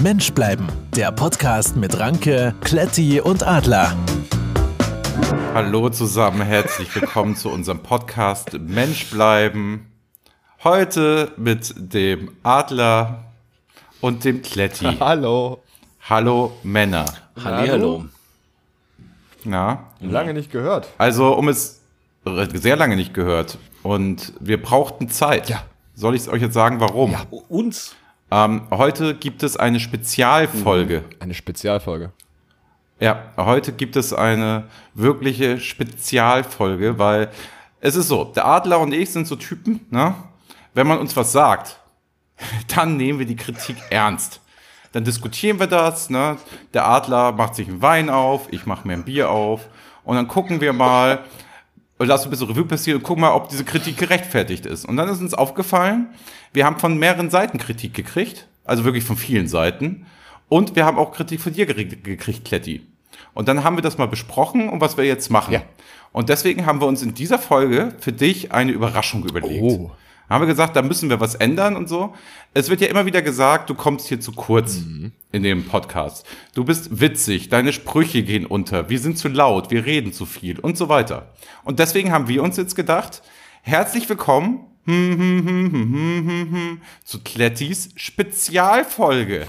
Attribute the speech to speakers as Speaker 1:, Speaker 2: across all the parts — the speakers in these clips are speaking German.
Speaker 1: Mensch bleiben. Der Podcast mit Ranke, Kletti und Adler.
Speaker 2: Hallo zusammen, herzlich willkommen zu unserem Podcast Mensch bleiben. Heute mit dem Adler und dem
Speaker 3: Hm.
Speaker 2: Kletti.
Speaker 4: Hallo.
Speaker 2: Hallo Männer.
Speaker 3: Hallihallo.
Speaker 2: Na?
Speaker 3: Hm.
Speaker 4: Lange nicht gehört.
Speaker 2: Also, um es sehr lange nicht gehört und wir brauchten Zeit.
Speaker 4: Ja.
Speaker 2: Soll ich euch jetzt sagen, warum?
Speaker 3: Uns?
Speaker 2: Ähm, heute gibt es eine Spezialfolge.
Speaker 4: Eine Spezialfolge.
Speaker 2: Ja, heute gibt es eine wirkliche Spezialfolge, weil es ist so, der Adler und ich sind so Typen, ne? Wenn man uns was sagt, dann nehmen wir die Kritik ernst. Dann diskutieren wir das, ne? Der Adler macht sich einen Wein auf, ich mache mir ein Bier auf und dann gucken wir mal, und lass ein bisschen Revue passieren und guck mal, ob diese Kritik gerechtfertigt ist. Und dann ist uns aufgefallen, wir haben von mehreren Seiten Kritik gekriegt, also wirklich von vielen Seiten. Und wir haben auch Kritik von dir gere- gekriegt, Kletti. Und dann haben wir das mal besprochen und was wir jetzt machen.
Speaker 4: Ja.
Speaker 2: Und deswegen haben wir uns in dieser Folge für dich eine Überraschung überlegt.
Speaker 4: Oh.
Speaker 2: Haben wir gesagt, da müssen wir was ändern und so. Es wird ja immer wieder gesagt, du kommst hier zu kurz in dem Podcast. Du bist witzig, deine Sprüche gehen unter, wir sind zu laut, wir reden zu viel und so weiter. Und deswegen haben wir uns jetzt gedacht, herzlich willkommen hm, hm, hm, hm, hm, hm, hm, zu Klettis Spezialfolge.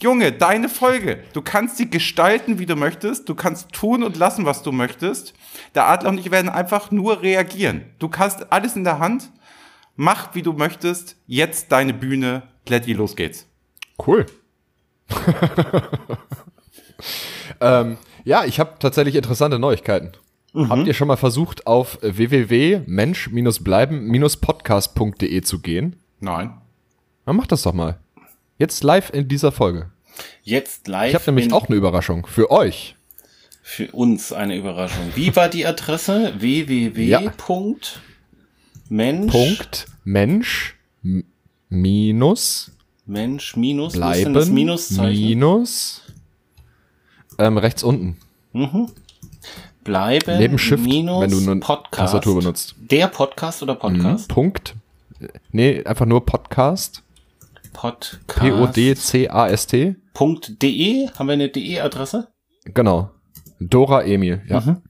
Speaker 2: Junge, deine Folge. Du kannst sie gestalten, wie du möchtest. Du kannst tun und lassen, was du möchtest. Der Adler und ich werden einfach nur reagieren. Du hast alles in der Hand. Mach, wie du möchtest. Jetzt deine Bühne. Kletti, los geht's.
Speaker 4: Cool. ähm, ja, ich habe tatsächlich interessante Neuigkeiten.
Speaker 3: Mhm.
Speaker 4: Habt ihr schon mal versucht, auf www.mensch-bleiben-podcast.de zu gehen?
Speaker 2: Nein.
Speaker 4: Dann macht das doch mal. Jetzt live in dieser Folge.
Speaker 3: Jetzt live.
Speaker 4: Ich habe nämlich
Speaker 3: in-
Speaker 4: auch eine Überraschung für euch.
Speaker 3: Für uns eine Überraschung. Wie war die Adresse?
Speaker 4: Ja.
Speaker 3: www.mensch.
Speaker 4: Punkt Mensch m- minus
Speaker 3: Mensch minus. Wo ist denn das
Speaker 4: bleiben
Speaker 3: Minuszeichen?
Speaker 4: minus ähm, rechts unten.
Speaker 3: bleiben.
Speaker 4: Neben Shift,
Speaker 3: minus
Speaker 4: wenn du eine
Speaker 3: Podcast.
Speaker 4: Tastatur benutzt.
Speaker 3: Der Podcast oder Podcast?
Speaker 4: Mhm. Punkt. Nee, einfach nur Podcast. Mhm.
Speaker 3: Podcast.
Speaker 4: P-O-D-C-A-S-T.
Speaker 3: Punkt .de. Haben wir eine E DE-Adresse?
Speaker 4: Genau. Dora Emil, ja.
Speaker 3: Mhm.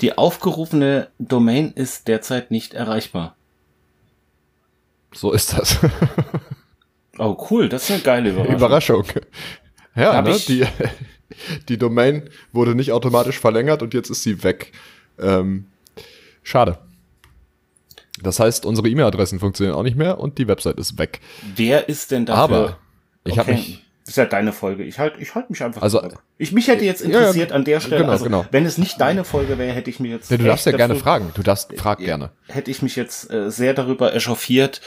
Speaker 3: Die aufgerufene Domain ist derzeit nicht erreichbar.
Speaker 4: So ist das.
Speaker 3: Oh, cool. Das ist eine geile Überraschung.
Speaker 4: Überraschung. Ja,
Speaker 3: Hab
Speaker 4: ne?
Speaker 3: ich-
Speaker 4: Die, die Domain wurde nicht automatisch verlängert und jetzt ist sie weg. Ähm, schade. Das heißt, unsere E-Mail-Adressen funktionieren auch nicht mehr und die Website ist weg.
Speaker 3: Wer ist denn dafür?
Speaker 4: Aber ich habe
Speaker 3: Okay.
Speaker 4: mich.
Speaker 3: Ist ja deine Folge. Ich halt, ich halt mich einfach
Speaker 4: Also-
Speaker 3: zurück. Ich, mich hätte jetzt
Speaker 4: Ja, ja,
Speaker 3: interessiert an der Stelle.
Speaker 4: genau,
Speaker 3: also,
Speaker 4: genau.
Speaker 3: Wenn es nicht deine Folge wäre, hätte ich mir jetzt.
Speaker 4: Nee, du darfst ja
Speaker 3: echt
Speaker 4: gerne
Speaker 3: dafür-
Speaker 4: fragen. Du darfst, frag gerne.
Speaker 3: Hätte ich mich jetzt äh, sehr darüber echauffiert,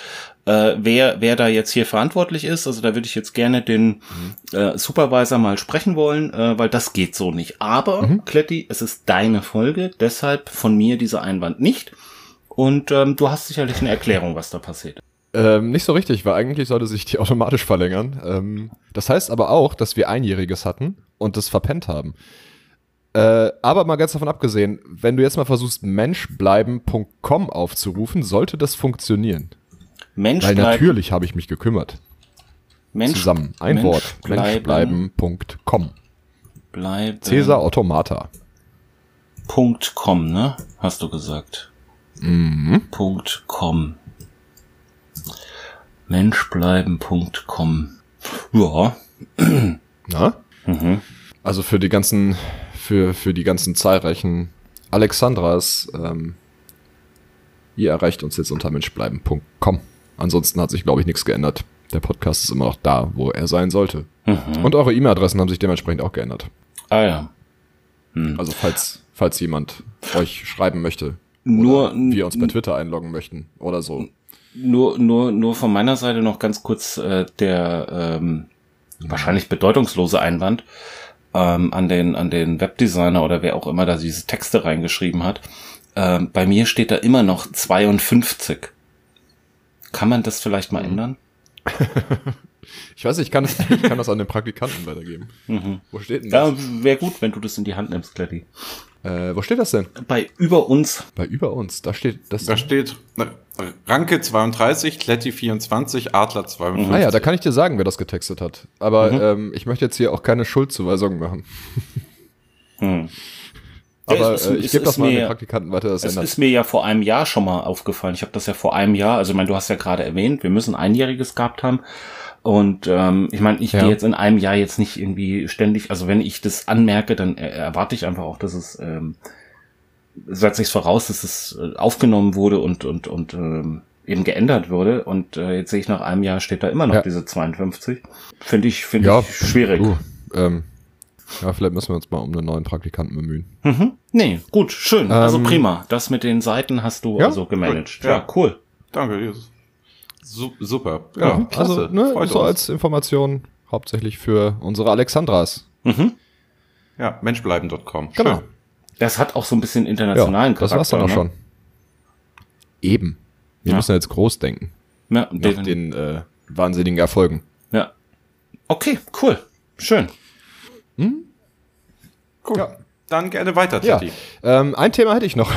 Speaker 3: äh, wer, wer da jetzt hier verantwortlich ist. Also da würde ich jetzt gerne den
Speaker 4: Mhm.
Speaker 3: äh, Supervisor mal sprechen wollen, äh, weil das geht so nicht. Aber,
Speaker 4: Mhm.
Speaker 3: Kletti, es ist deine Folge, deshalb von mir dieser Einwand nicht. Und ähm, du hast sicherlich eine Erklärung, was da passiert.
Speaker 4: Ähm, nicht so richtig, weil eigentlich sollte sich die automatisch verlängern. Ähm, das heißt aber auch, dass wir Einjähriges hatten und das verpennt haben. Äh, aber mal ganz davon abgesehen, wenn du jetzt mal versuchst, menschbleiben.com aufzurufen, sollte das funktionieren.
Speaker 3: Mensch
Speaker 4: Weil
Speaker 3: bleiben-
Speaker 4: natürlich habe ich mich gekümmert.
Speaker 3: Mensch,
Speaker 4: Zusammen. Ein
Speaker 3: Mensch
Speaker 4: Wort. Menschbleiben.com.
Speaker 3: Bleiben.
Speaker 4: Cäsar Automata.
Speaker 3: Punkt .com, ne? Hast du gesagt. Punkt .com. Menschbleiben.com. Ja,
Speaker 4: Na? Also für die ganzen, für, für die ganzen zahlreichen Alexandras, ähm, ihr erreicht uns jetzt unter menschbleiben.com. Ansonsten hat sich, glaube ich, nichts geändert. Der Podcast ist immer noch da, wo er sein sollte. Und eure E-Mail-Adressen haben sich dementsprechend auch geändert.
Speaker 3: ah ja.
Speaker 4: Also falls, falls jemand euch schreiben möchte,
Speaker 3: Nur,
Speaker 4: oder wir uns bei Twitter einloggen möchten oder so.
Speaker 3: nur, nur, nur von meiner Seite noch ganz kurz äh, der ähm, wahrscheinlich bedeutungslose Einwand ähm, an den an den Webdesigner oder wer auch immer da diese Texte reingeschrieben hat. Ähm, bei mir steht da immer noch 52. Kann man das vielleicht mal ändern?
Speaker 4: Ich weiß nicht, ich kann, es, ich kann das an den Praktikanten weitergeben. Wo steht denn das?
Speaker 3: Ja, wäre gut, wenn du das in die Hand nimmst, Kletti.
Speaker 4: Äh, wo steht das denn?
Speaker 3: Bei über uns.
Speaker 4: Bei über uns. Da steht das.
Speaker 2: Da steht ne, Ranke 32, Kletti 24, Adler 52.
Speaker 4: ah ja, da kann ich dir sagen, wer das getextet hat. Aber
Speaker 3: Mhm.
Speaker 4: ähm, ich möchte jetzt hier auch keine Schuldzuweisung machen.
Speaker 3: Hm. Ja,
Speaker 4: Aber
Speaker 3: es ist-
Speaker 4: äh,
Speaker 3: es
Speaker 4: ich gebe
Speaker 3: ist
Speaker 4: das mal an
Speaker 3: mir-
Speaker 4: den Praktikanten weiter, das
Speaker 3: Es
Speaker 4: ändert.
Speaker 3: ist mir ja vor einem Jahr schon mal aufgefallen. Ich habe das ja vor einem Jahr, also ich meine, du hast ja gerade erwähnt, wir müssen einjähriges gehabt haben. Und ähm, ich meine, ich
Speaker 4: Ja.
Speaker 3: gehe jetzt in einem Jahr jetzt nicht irgendwie ständig, also wenn ich das anmerke, dann äh, erwarte ich einfach auch, dass es ähm, setzt sich voraus, dass es äh, aufgenommen wurde und und und ähm, eben geändert wurde. Und äh, jetzt sehe ich nach einem Jahr steht da immer noch
Speaker 4: Ja.
Speaker 3: diese 52. Finde ich finde ich schwierig.
Speaker 4: Du, ähm, ja, vielleicht müssen wir uns mal um einen neuen Praktikanten bemühen.
Speaker 3: Mhm. Nee, gut, schön. also
Speaker 4: Ähm,
Speaker 3: prima. Das mit den Seiten hast du
Speaker 4: Ja,
Speaker 3: also gemanagt.
Speaker 2: gut, ja.
Speaker 3: ja, cool.
Speaker 2: Danke. Jesus. Su super. Ja, klasse.
Speaker 4: also ne,
Speaker 2: Freut
Speaker 4: so
Speaker 2: uns.
Speaker 4: als Information hauptsächlich für unsere Alexandras.
Speaker 3: Mhm.
Speaker 2: ja, menschbleiben.com. Schön.
Speaker 4: Genau.
Speaker 3: Das hat auch so ein bisschen internationalen
Speaker 4: das war's dann auch schon. Eben. Wir
Speaker 3: ne? Ja.
Speaker 4: müssen jetzt groß denken.
Speaker 3: ne? Ja,
Speaker 4: Nach
Speaker 3: den,
Speaker 4: den äh, wahnsinnigen Erfolgen.
Speaker 3: ja. Okay, cool. Schön.
Speaker 2: Cool.
Speaker 4: Ja.
Speaker 2: Dann gerne weiter,
Speaker 4: Ja,
Speaker 2: Titi.
Speaker 4: ähm, ein Thema hätte ich noch.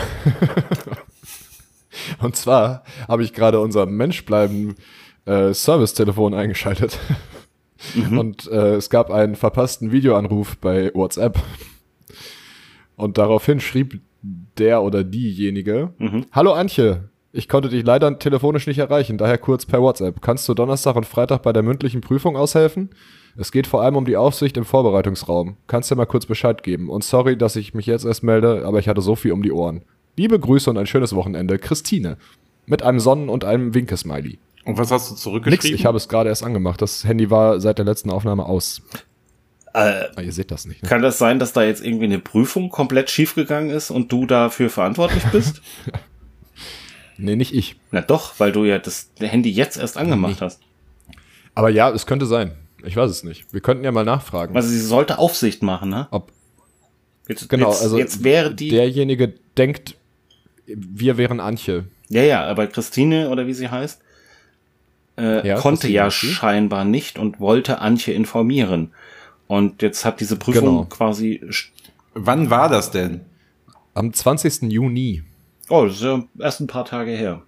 Speaker 4: Und zwar habe ich gerade unser Menschbleiben äh, Service-Telefon eingeschaltet. Und äh, es gab einen verpassten Videoanruf bei WhatsApp. Und daraufhin schrieb der oder diejenige: Hallo Antje, ich konnte dich leider telefonisch nicht erreichen, daher kurz per WhatsApp. Kannst du Donnerstag und Freitag bei der mündlichen Prüfung aushelfen? Es geht vor allem um die Aufsicht im Vorbereitungsraum. Kannst dir mal kurz Bescheid geben. Und sorry, dass ich mich jetzt erst melde, aber ich hatte so viel um die Ohren. Liebe Grüße und ein schönes Wochenende, Christine. Mit einem Sonnen- und einem Winkesmiley.
Speaker 2: Und was hast du zurückgeschrieben?
Speaker 4: Nix, ich habe es gerade erst angemacht. Das Handy war seit der letzten Aufnahme aus.
Speaker 3: Äh,
Speaker 4: Ah, ihr seht das nicht. Ne?
Speaker 3: kann das sein, dass da jetzt irgendwie eine Prüfung komplett schiefgegangen ist und du dafür verantwortlich bist?
Speaker 4: Nee, nicht ich.
Speaker 3: Na doch, weil du ja das Handy jetzt erst angemacht hast.
Speaker 4: Aber ja, es könnte sein. Ich weiß es nicht. Wir könnten ja mal nachfragen.
Speaker 3: Also sie sollte Aufsicht machen, ne?
Speaker 4: Ob-
Speaker 3: Jetzt,
Speaker 4: genau,
Speaker 3: jetzt,
Speaker 4: also
Speaker 3: jetzt wäre die.
Speaker 4: derjenige denkt, wir wären Antje.
Speaker 3: ja, ja, aber Christine oder wie sie heißt, äh,
Speaker 4: Ja,
Speaker 3: konnte
Speaker 4: Christine
Speaker 3: ja
Speaker 4: ist sie.
Speaker 3: scheinbar nicht und wollte Antje informieren. Und jetzt hat diese Prüfung
Speaker 4: Genau.
Speaker 3: quasi st-
Speaker 2: Wann war das denn?
Speaker 4: Am 20. Juni.
Speaker 3: Oh, das ist ja erst ein paar Tage her.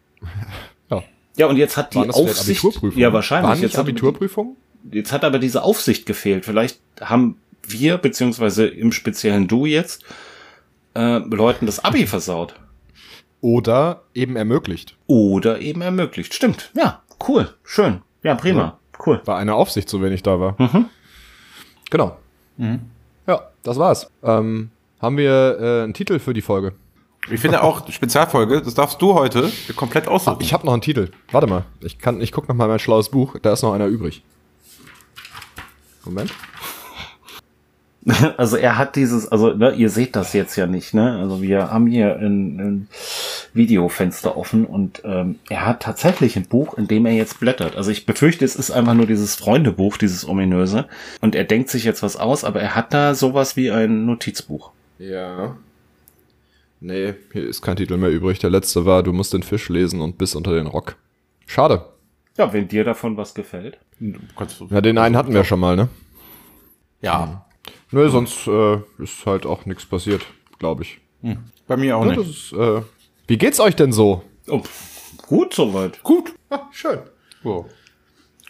Speaker 4: Ja.
Speaker 3: Ja, und jetzt hat die
Speaker 4: Waren das vielleicht
Speaker 3: Aufsicht.
Speaker 4: Abiturprüfungen?
Speaker 3: Ja, wahrscheinlich.
Speaker 4: Waren
Speaker 3: jetzt,
Speaker 4: nicht
Speaker 3: hat,
Speaker 4: Abiturprüfungen?
Speaker 3: jetzt hat aber diese Aufsicht gefehlt. Vielleicht haben wir, beziehungsweise im speziellen Du jetzt, äh, Leuten das Abi versaut.
Speaker 4: Oder eben ermöglicht.
Speaker 3: Oder eben ermöglicht. Stimmt. Ja, cool. Schön. Ja, prima. Cool.
Speaker 4: Weil eine Aufsicht so wenig da war.
Speaker 3: Mhm.
Speaker 4: Genau. Ja, das war's. Ähm, haben wir äh, einen Titel für die Folge?
Speaker 2: Ich finde auch Spezialfolge, das darfst du heute komplett
Speaker 4: Ah,
Speaker 2: aussuchen.
Speaker 4: ich habe noch einen Titel. Warte mal. Ich, kann, ich guck noch mal in mein schlaues Buch. Da ist noch einer übrig. Moment.
Speaker 3: Also er hat dieses, also ne, ihr seht das jetzt ja nicht, ne? Also wir haben hier ein, ein Videofenster offen und ähm, er hat tatsächlich ein Buch, in dem er jetzt blättert. Also ich befürchte, es ist einfach nur dieses Freundebuch, dieses ominöse. Und er denkt sich jetzt was aus, aber er hat da sowas wie ein Notizbuch.
Speaker 4: Ja. Nee, hier ist kein Titel mehr übrig. Der letzte war, du musst den Fisch lesen und bis unter den Rock. Schade.
Speaker 3: Ja, wenn dir davon was gefällt.
Speaker 2: Kannst du-
Speaker 4: Ja, den einen hatten wir schon mal, ne?
Speaker 2: ja,
Speaker 4: Nö, sonst äh, ist halt auch nichts passiert, glaube ich.
Speaker 2: bei mir auch
Speaker 4: Ja, das
Speaker 2: nicht.
Speaker 4: ist, äh, wie geht's euch denn so?
Speaker 3: Oh, gut soweit.
Speaker 2: Gut.
Speaker 4: Ah, schön.
Speaker 2: Ja.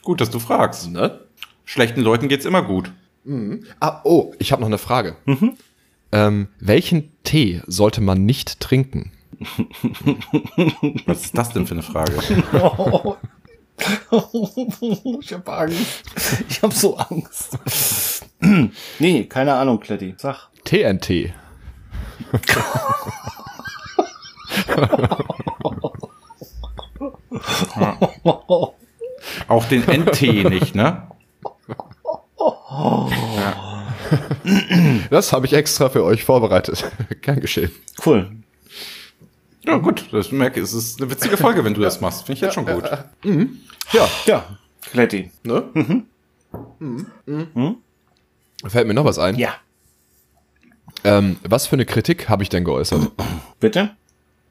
Speaker 2: Gut, dass du fragst.
Speaker 4: Ne?
Speaker 2: Schlechten Leuten geht's immer gut.
Speaker 4: Ah, oh, ich habe noch eine Frage. Ähm, welchen Tee sollte man nicht trinken?
Speaker 2: Was ist das denn für eine Frage?
Speaker 3: ich habe Angst. Ich habe so Angst. nee, keine Ahnung, Kletti. Sag.
Speaker 4: TNT.
Speaker 2: auch den NT nicht, ne?
Speaker 4: Das habe ich extra für euch vorbereitet. Gern geschehen.
Speaker 3: Cool.
Speaker 2: Ja, gut. Das merke ich. Es ist eine witzige Folge, wenn du das machst. Finde ich jetzt schon gut.
Speaker 4: Ja,
Speaker 3: Ja, Kletti.
Speaker 4: ne?
Speaker 2: Mhm.
Speaker 4: Mhm. Fällt mir noch was ein.
Speaker 3: Ja.
Speaker 4: Ähm, was für eine Kritik habe ich denn geäußert?
Speaker 3: Bitte?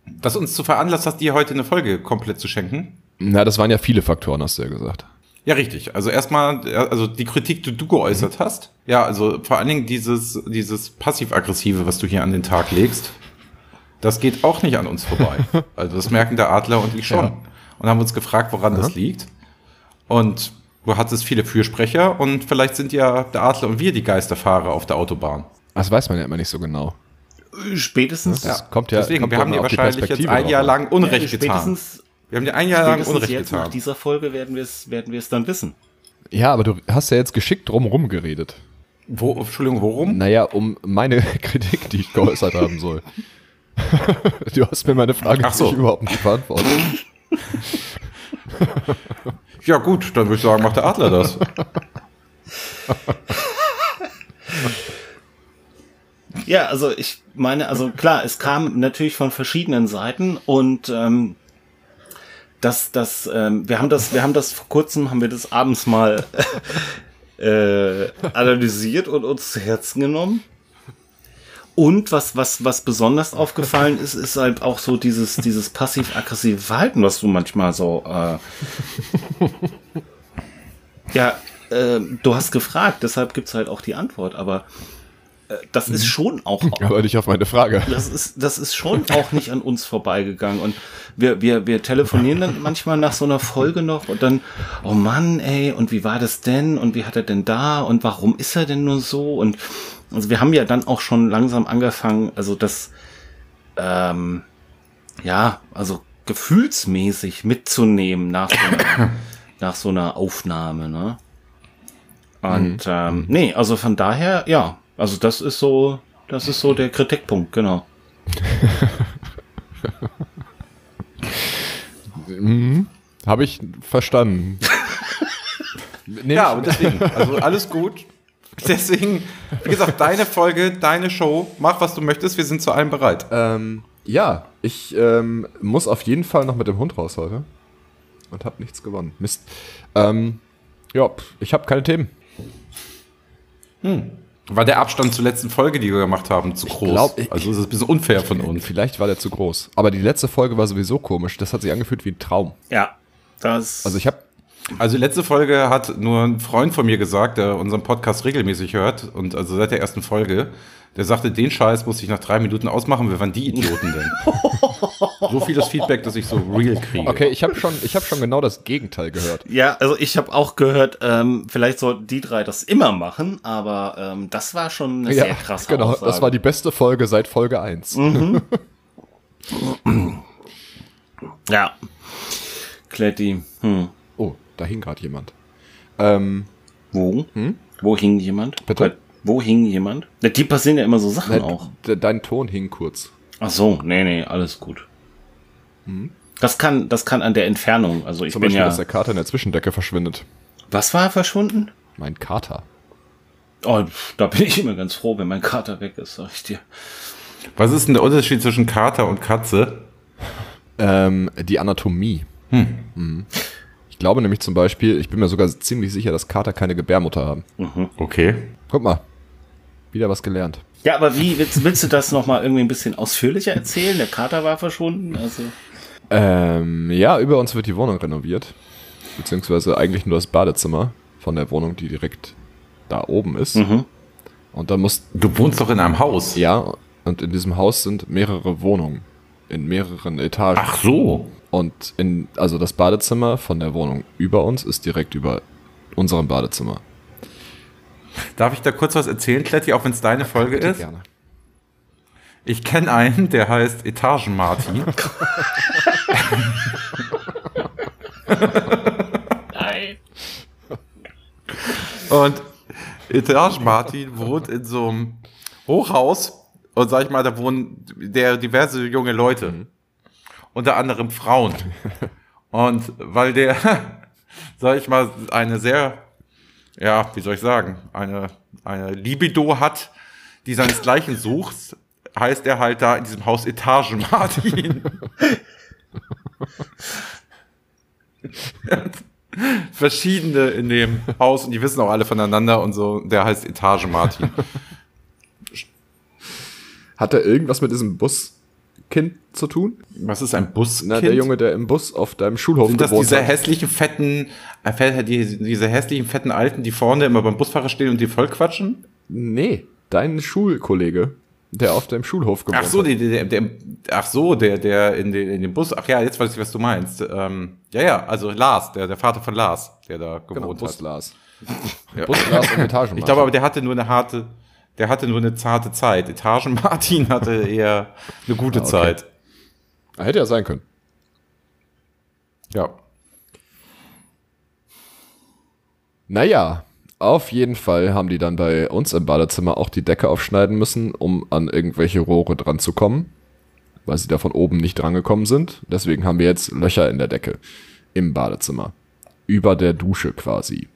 Speaker 2: Das uns zu veranlasst hast, dir heute eine Folge komplett zu schenken.
Speaker 4: Na, das waren ja viele Faktoren, hast du ja gesagt.
Speaker 2: Ja, richtig. Also erstmal, also die Kritik, die du geäußert hast, ja, also vor allen Dingen dieses, dieses passiv-aggressive, was du hier an den Tag legst, das geht auch nicht an uns vorbei. Also das merken der Adler und ich schon.
Speaker 4: Ja.
Speaker 2: Und haben uns gefragt, woran das liegt. Und wo hat es viele Fürsprecher und vielleicht sind ja der Adler und wir die Geisterfahrer auf der Autobahn.
Speaker 4: Das weiß man ja immer nicht so genau.
Speaker 3: Spätestens.
Speaker 4: Das kommt ja.
Speaker 2: Deswegen,
Speaker 4: kommt
Speaker 2: wir
Speaker 4: ja
Speaker 2: haben dir
Speaker 4: auf die
Speaker 2: wahrscheinlich jetzt
Speaker 4: Perspektive
Speaker 2: ein
Speaker 4: drauf
Speaker 2: Jahr
Speaker 4: an.
Speaker 2: lang Unrecht getan.
Speaker 3: spätestens, äh,
Speaker 2: Wir haben dir ein Jahr lang
Speaker 3: spätestens
Speaker 2: Unrecht
Speaker 3: jetzt nach
Speaker 2: getan.
Speaker 3: dieser Folge werden wir es werden wir es dann wissen.
Speaker 4: Ja, aber du hast ja jetzt geschickt drumherum geredet.
Speaker 2: Wo, Entschuldigung, worum?
Speaker 4: Naja, um meine Kritik, die ich geäußert haben soll. Du hast mir meine Frage
Speaker 2: Ach so.
Speaker 4: nicht überhaupt nicht beantwortet.
Speaker 2: Ja gut, dann würde ich sagen, macht der Adler das.
Speaker 3: Ja, also ich meine, also klar, es kam natürlich von verschiedenen Seiten und ähm, das, das, ähm, wir haben das, wir haben das vor kurzem, haben wir das abends mal äh, analysiert und uns zu Herzen genommen. Und was, was, was besonders aufgefallen ist, ist halt auch so dieses, dieses passiv-aggressive Verhalten, was du manchmal so äh, ja, äh, du hast gefragt, deshalb gibt's halt auch die Antwort, aber äh, das ist schon auch.
Speaker 4: Aber nicht auf meine Frage.
Speaker 3: Das ist, das ist schon auch nicht an uns vorbeigegangen. Und wir, wir, wir telefonieren dann manchmal nach so einer Folge noch und dann, oh Mann, ey, und wie war das denn? Und wie hat er denn da? Und warum ist er denn nur so? Und also wir haben ja dann auch schon langsam angefangen, also das, ähm, ja, also gefühlsmäßig mitzunehmen nach so einer, nach so einer Aufnahme, ne? Und ähm, nee, also von daher, ja, also das ist so, das ist so der Kritikpunkt, genau.
Speaker 4: Habe ich verstanden. Nehm
Speaker 2: Ja,
Speaker 4: ich-
Speaker 2: und deswegen, also alles gut. Deswegen, wie gesagt, deine Folge, deine Show, mach was du möchtest, wir sind zu allem bereit. Äh,
Speaker 4: ähm, ja, ich ähm, muss auf jeden Fall noch mit dem Hund raus heute. Und habe nichts gewonnen. Mist. Ähm, ja, pf, ich habe keine Themen.
Speaker 2: War der Abstand zur letzten Folge, die wir gemacht haben, zu groß?
Speaker 4: glaub, ich-
Speaker 2: also es ist ein bisschen unfair von uns.
Speaker 4: Vielleicht war der zu groß. Aber die letzte Folge war sowieso komisch. Das hat sich angefühlt wie ein Traum.
Speaker 3: Ja, das.
Speaker 4: Also ich habe
Speaker 2: Also die letzte Folge hat nur ein Freund von mir gesagt, der unseren Podcast regelmäßig hört und also seit der ersten Folge, der sagte, den Scheiß muss ich nach drei Minuten ausmachen, wir waren die Idioten denn. so viel das Feedback, dass ich so real kriege.
Speaker 4: Okay, ich habe schon, ich hab schon genau das Gegenteil gehört.
Speaker 3: ja, also ich habe auch gehört, ähm, vielleicht sollten die drei das immer machen, aber ähm, das war schon eine sehr krasse
Speaker 4: genau.
Speaker 3: Aussage. Mhm.
Speaker 4: Das war die beste Folge seit Folge 1.
Speaker 3: Ja. Kletti. Hm.
Speaker 4: Oh, da hing gerade jemand. Ähm,
Speaker 3: Wo? Wo hing jemand?
Speaker 4: Hm? Bitte?
Speaker 3: Wo hing jemand? Na, Die passieren ja immer so Sachen
Speaker 4: dein,
Speaker 3: auch.
Speaker 4: de, dein Ton hing kurz.
Speaker 3: Ach so, nee, nee, alles gut. Das kann, das kann an der Entfernung. Also ich
Speaker 4: Hm? Zum
Speaker 3: bin
Speaker 4: Beispiel, dass
Speaker 3: ja.
Speaker 4: der Kater in der Zwischendecke verschwindet.
Speaker 3: Was war verschwunden?
Speaker 4: Mein Kater.
Speaker 3: Oh, pf, da bin ich immer ganz froh, wenn mein Kater weg ist, sag ich dir.
Speaker 2: Was ist denn der Unterschied zwischen Kater und Katze?
Speaker 4: Ähm, die Anatomie. Mhm. Ich glaube nämlich zum Beispiel, ich bin mir sogar ziemlich sicher, dass Kater keine Gebärmutter haben.
Speaker 2: Okay.
Speaker 4: Guck mal. Wieder was gelernt.
Speaker 3: Ja, aber wie willst, willst du das nochmal irgendwie ein bisschen ausführlicher erzählen? Der Kater war verschwunden, also.
Speaker 4: Ähm, ja, über uns wird die Wohnung renoviert. Beziehungsweise eigentlich nur das Badezimmer von der Wohnung, die direkt da oben ist. Und da muss,
Speaker 2: Du wohnst doch in einem Haus.
Speaker 4: ja, und in diesem Haus sind mehrere Wohnungen. In mehreren Etagen.
Speaker 2: Ach so.
Speaker 4: Und in, also das Badezimmer von der Wohnung über uns ist direkt über unserem Badezimmer.
Speaker 2: Darf ich da kurz was erzählen, Kletti, auch wenn es deine Folge ist? Ich kenne einen, der heißt Etagen-Martin.
Speaker 3: Nein.
Speaker 2: Und Etagen-Martin wohnt in so einem Hochhaus. Und sag ich mal, da wohnen der diverse junge Leute. Unter anderem Frauen. Und weil der, sag ich mal, eine sehr, ja, wie soll ich sagen, eine, eine Libido hat, die seinesgleichen sucht, heißt er halt da in diesem Haus Etagen-Martin. verschiedene in dem Haus und die wissen auch alle voneinander und so. Der heißt Etage Martin.
Speaker 4: Hat er irgendwas mit diesem Bus Buskind zu tun?
Speaker 2: Was ist ein Buskind?
Speaker 4: Na, der Junge, der im Bus auf deinem Schulhof
Speaker 2: Sind das
Speaker 4: gewohnt
Speaker 2: diese
Speaker 4: hat.
Speaker 2: hässlichen, fetten, äh, fe- die, diese hässlichen, fetten Alten, die vorne immer beim Busfahrer stehen und die voll quatschen?
Speaker 4: Nee, dein Schulkollege, der auf deinem Schulhof gewohnt
Speaker 2: Ach so,
Speaker 4: hat.
Speaker 2: die, die, der, der, ach so, der, der in den, in dem Bus. Ach ja, jetzt weiß ich, was du meinst. Ähm, ja, ja, also Lars, der, der Vater von Lars, der da
Speaker 4: Genau,
Speaker 2: gewohnt hat.
Speaker 4: Buslars.
Speaker 2: Ja.
Speaker 4: Buslars und Etagenmarkt.
Speaker 2: Ich glaube aber, der hatte nur eine harte, der hatte nur eine zarte Zeit. Etagen Martin hatte eher eine gute
Speaker 4: okay.
Speaker 2: Zeit.
Speaker 4: Hätte ja sein können.
Speaker 2: Ja.
Speaker 4: Naja, auf jeden Fall haben die dann bei uns im Badezimmer auch die Decke aufschneiden müssen, um an irgendwelche Rohre dran zu kommen, weil sie da von oben nicht drangekommen sind. Deswegen haben wir jetzt Löcher in der Decke im Badezimmer. Über der Dusche quasi.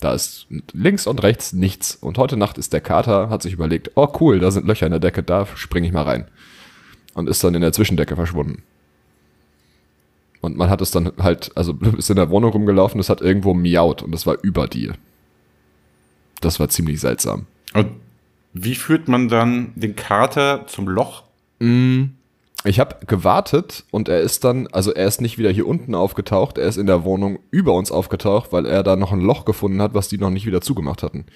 Speaker 4: Da ist links und rechts nichts. Und heute Nacht ist der Kater, hat sich überlegt, oh cool, da sind Löcher in der Decke, da springe ich mal rein. Und ist dann in der Zwischendecke verschwunden. Und man hat es dann halt, also ist in der Wohnung rumgelaufen, es hat irgendwo miaut und das war über dir. Das war ziemlich seltsam.
Speaker 2: Und wie führt man dann den Kater zum Loch?
Speaker 4: Ich habe gewartet und er ist dann, also er ist nicht wieder hier unten aufgetaucht, er ist in der Wohnung über uns aufgetaucht, weil er da noch ein Loch gefunden hat, was die noch nicht wieder zugemacht hatten.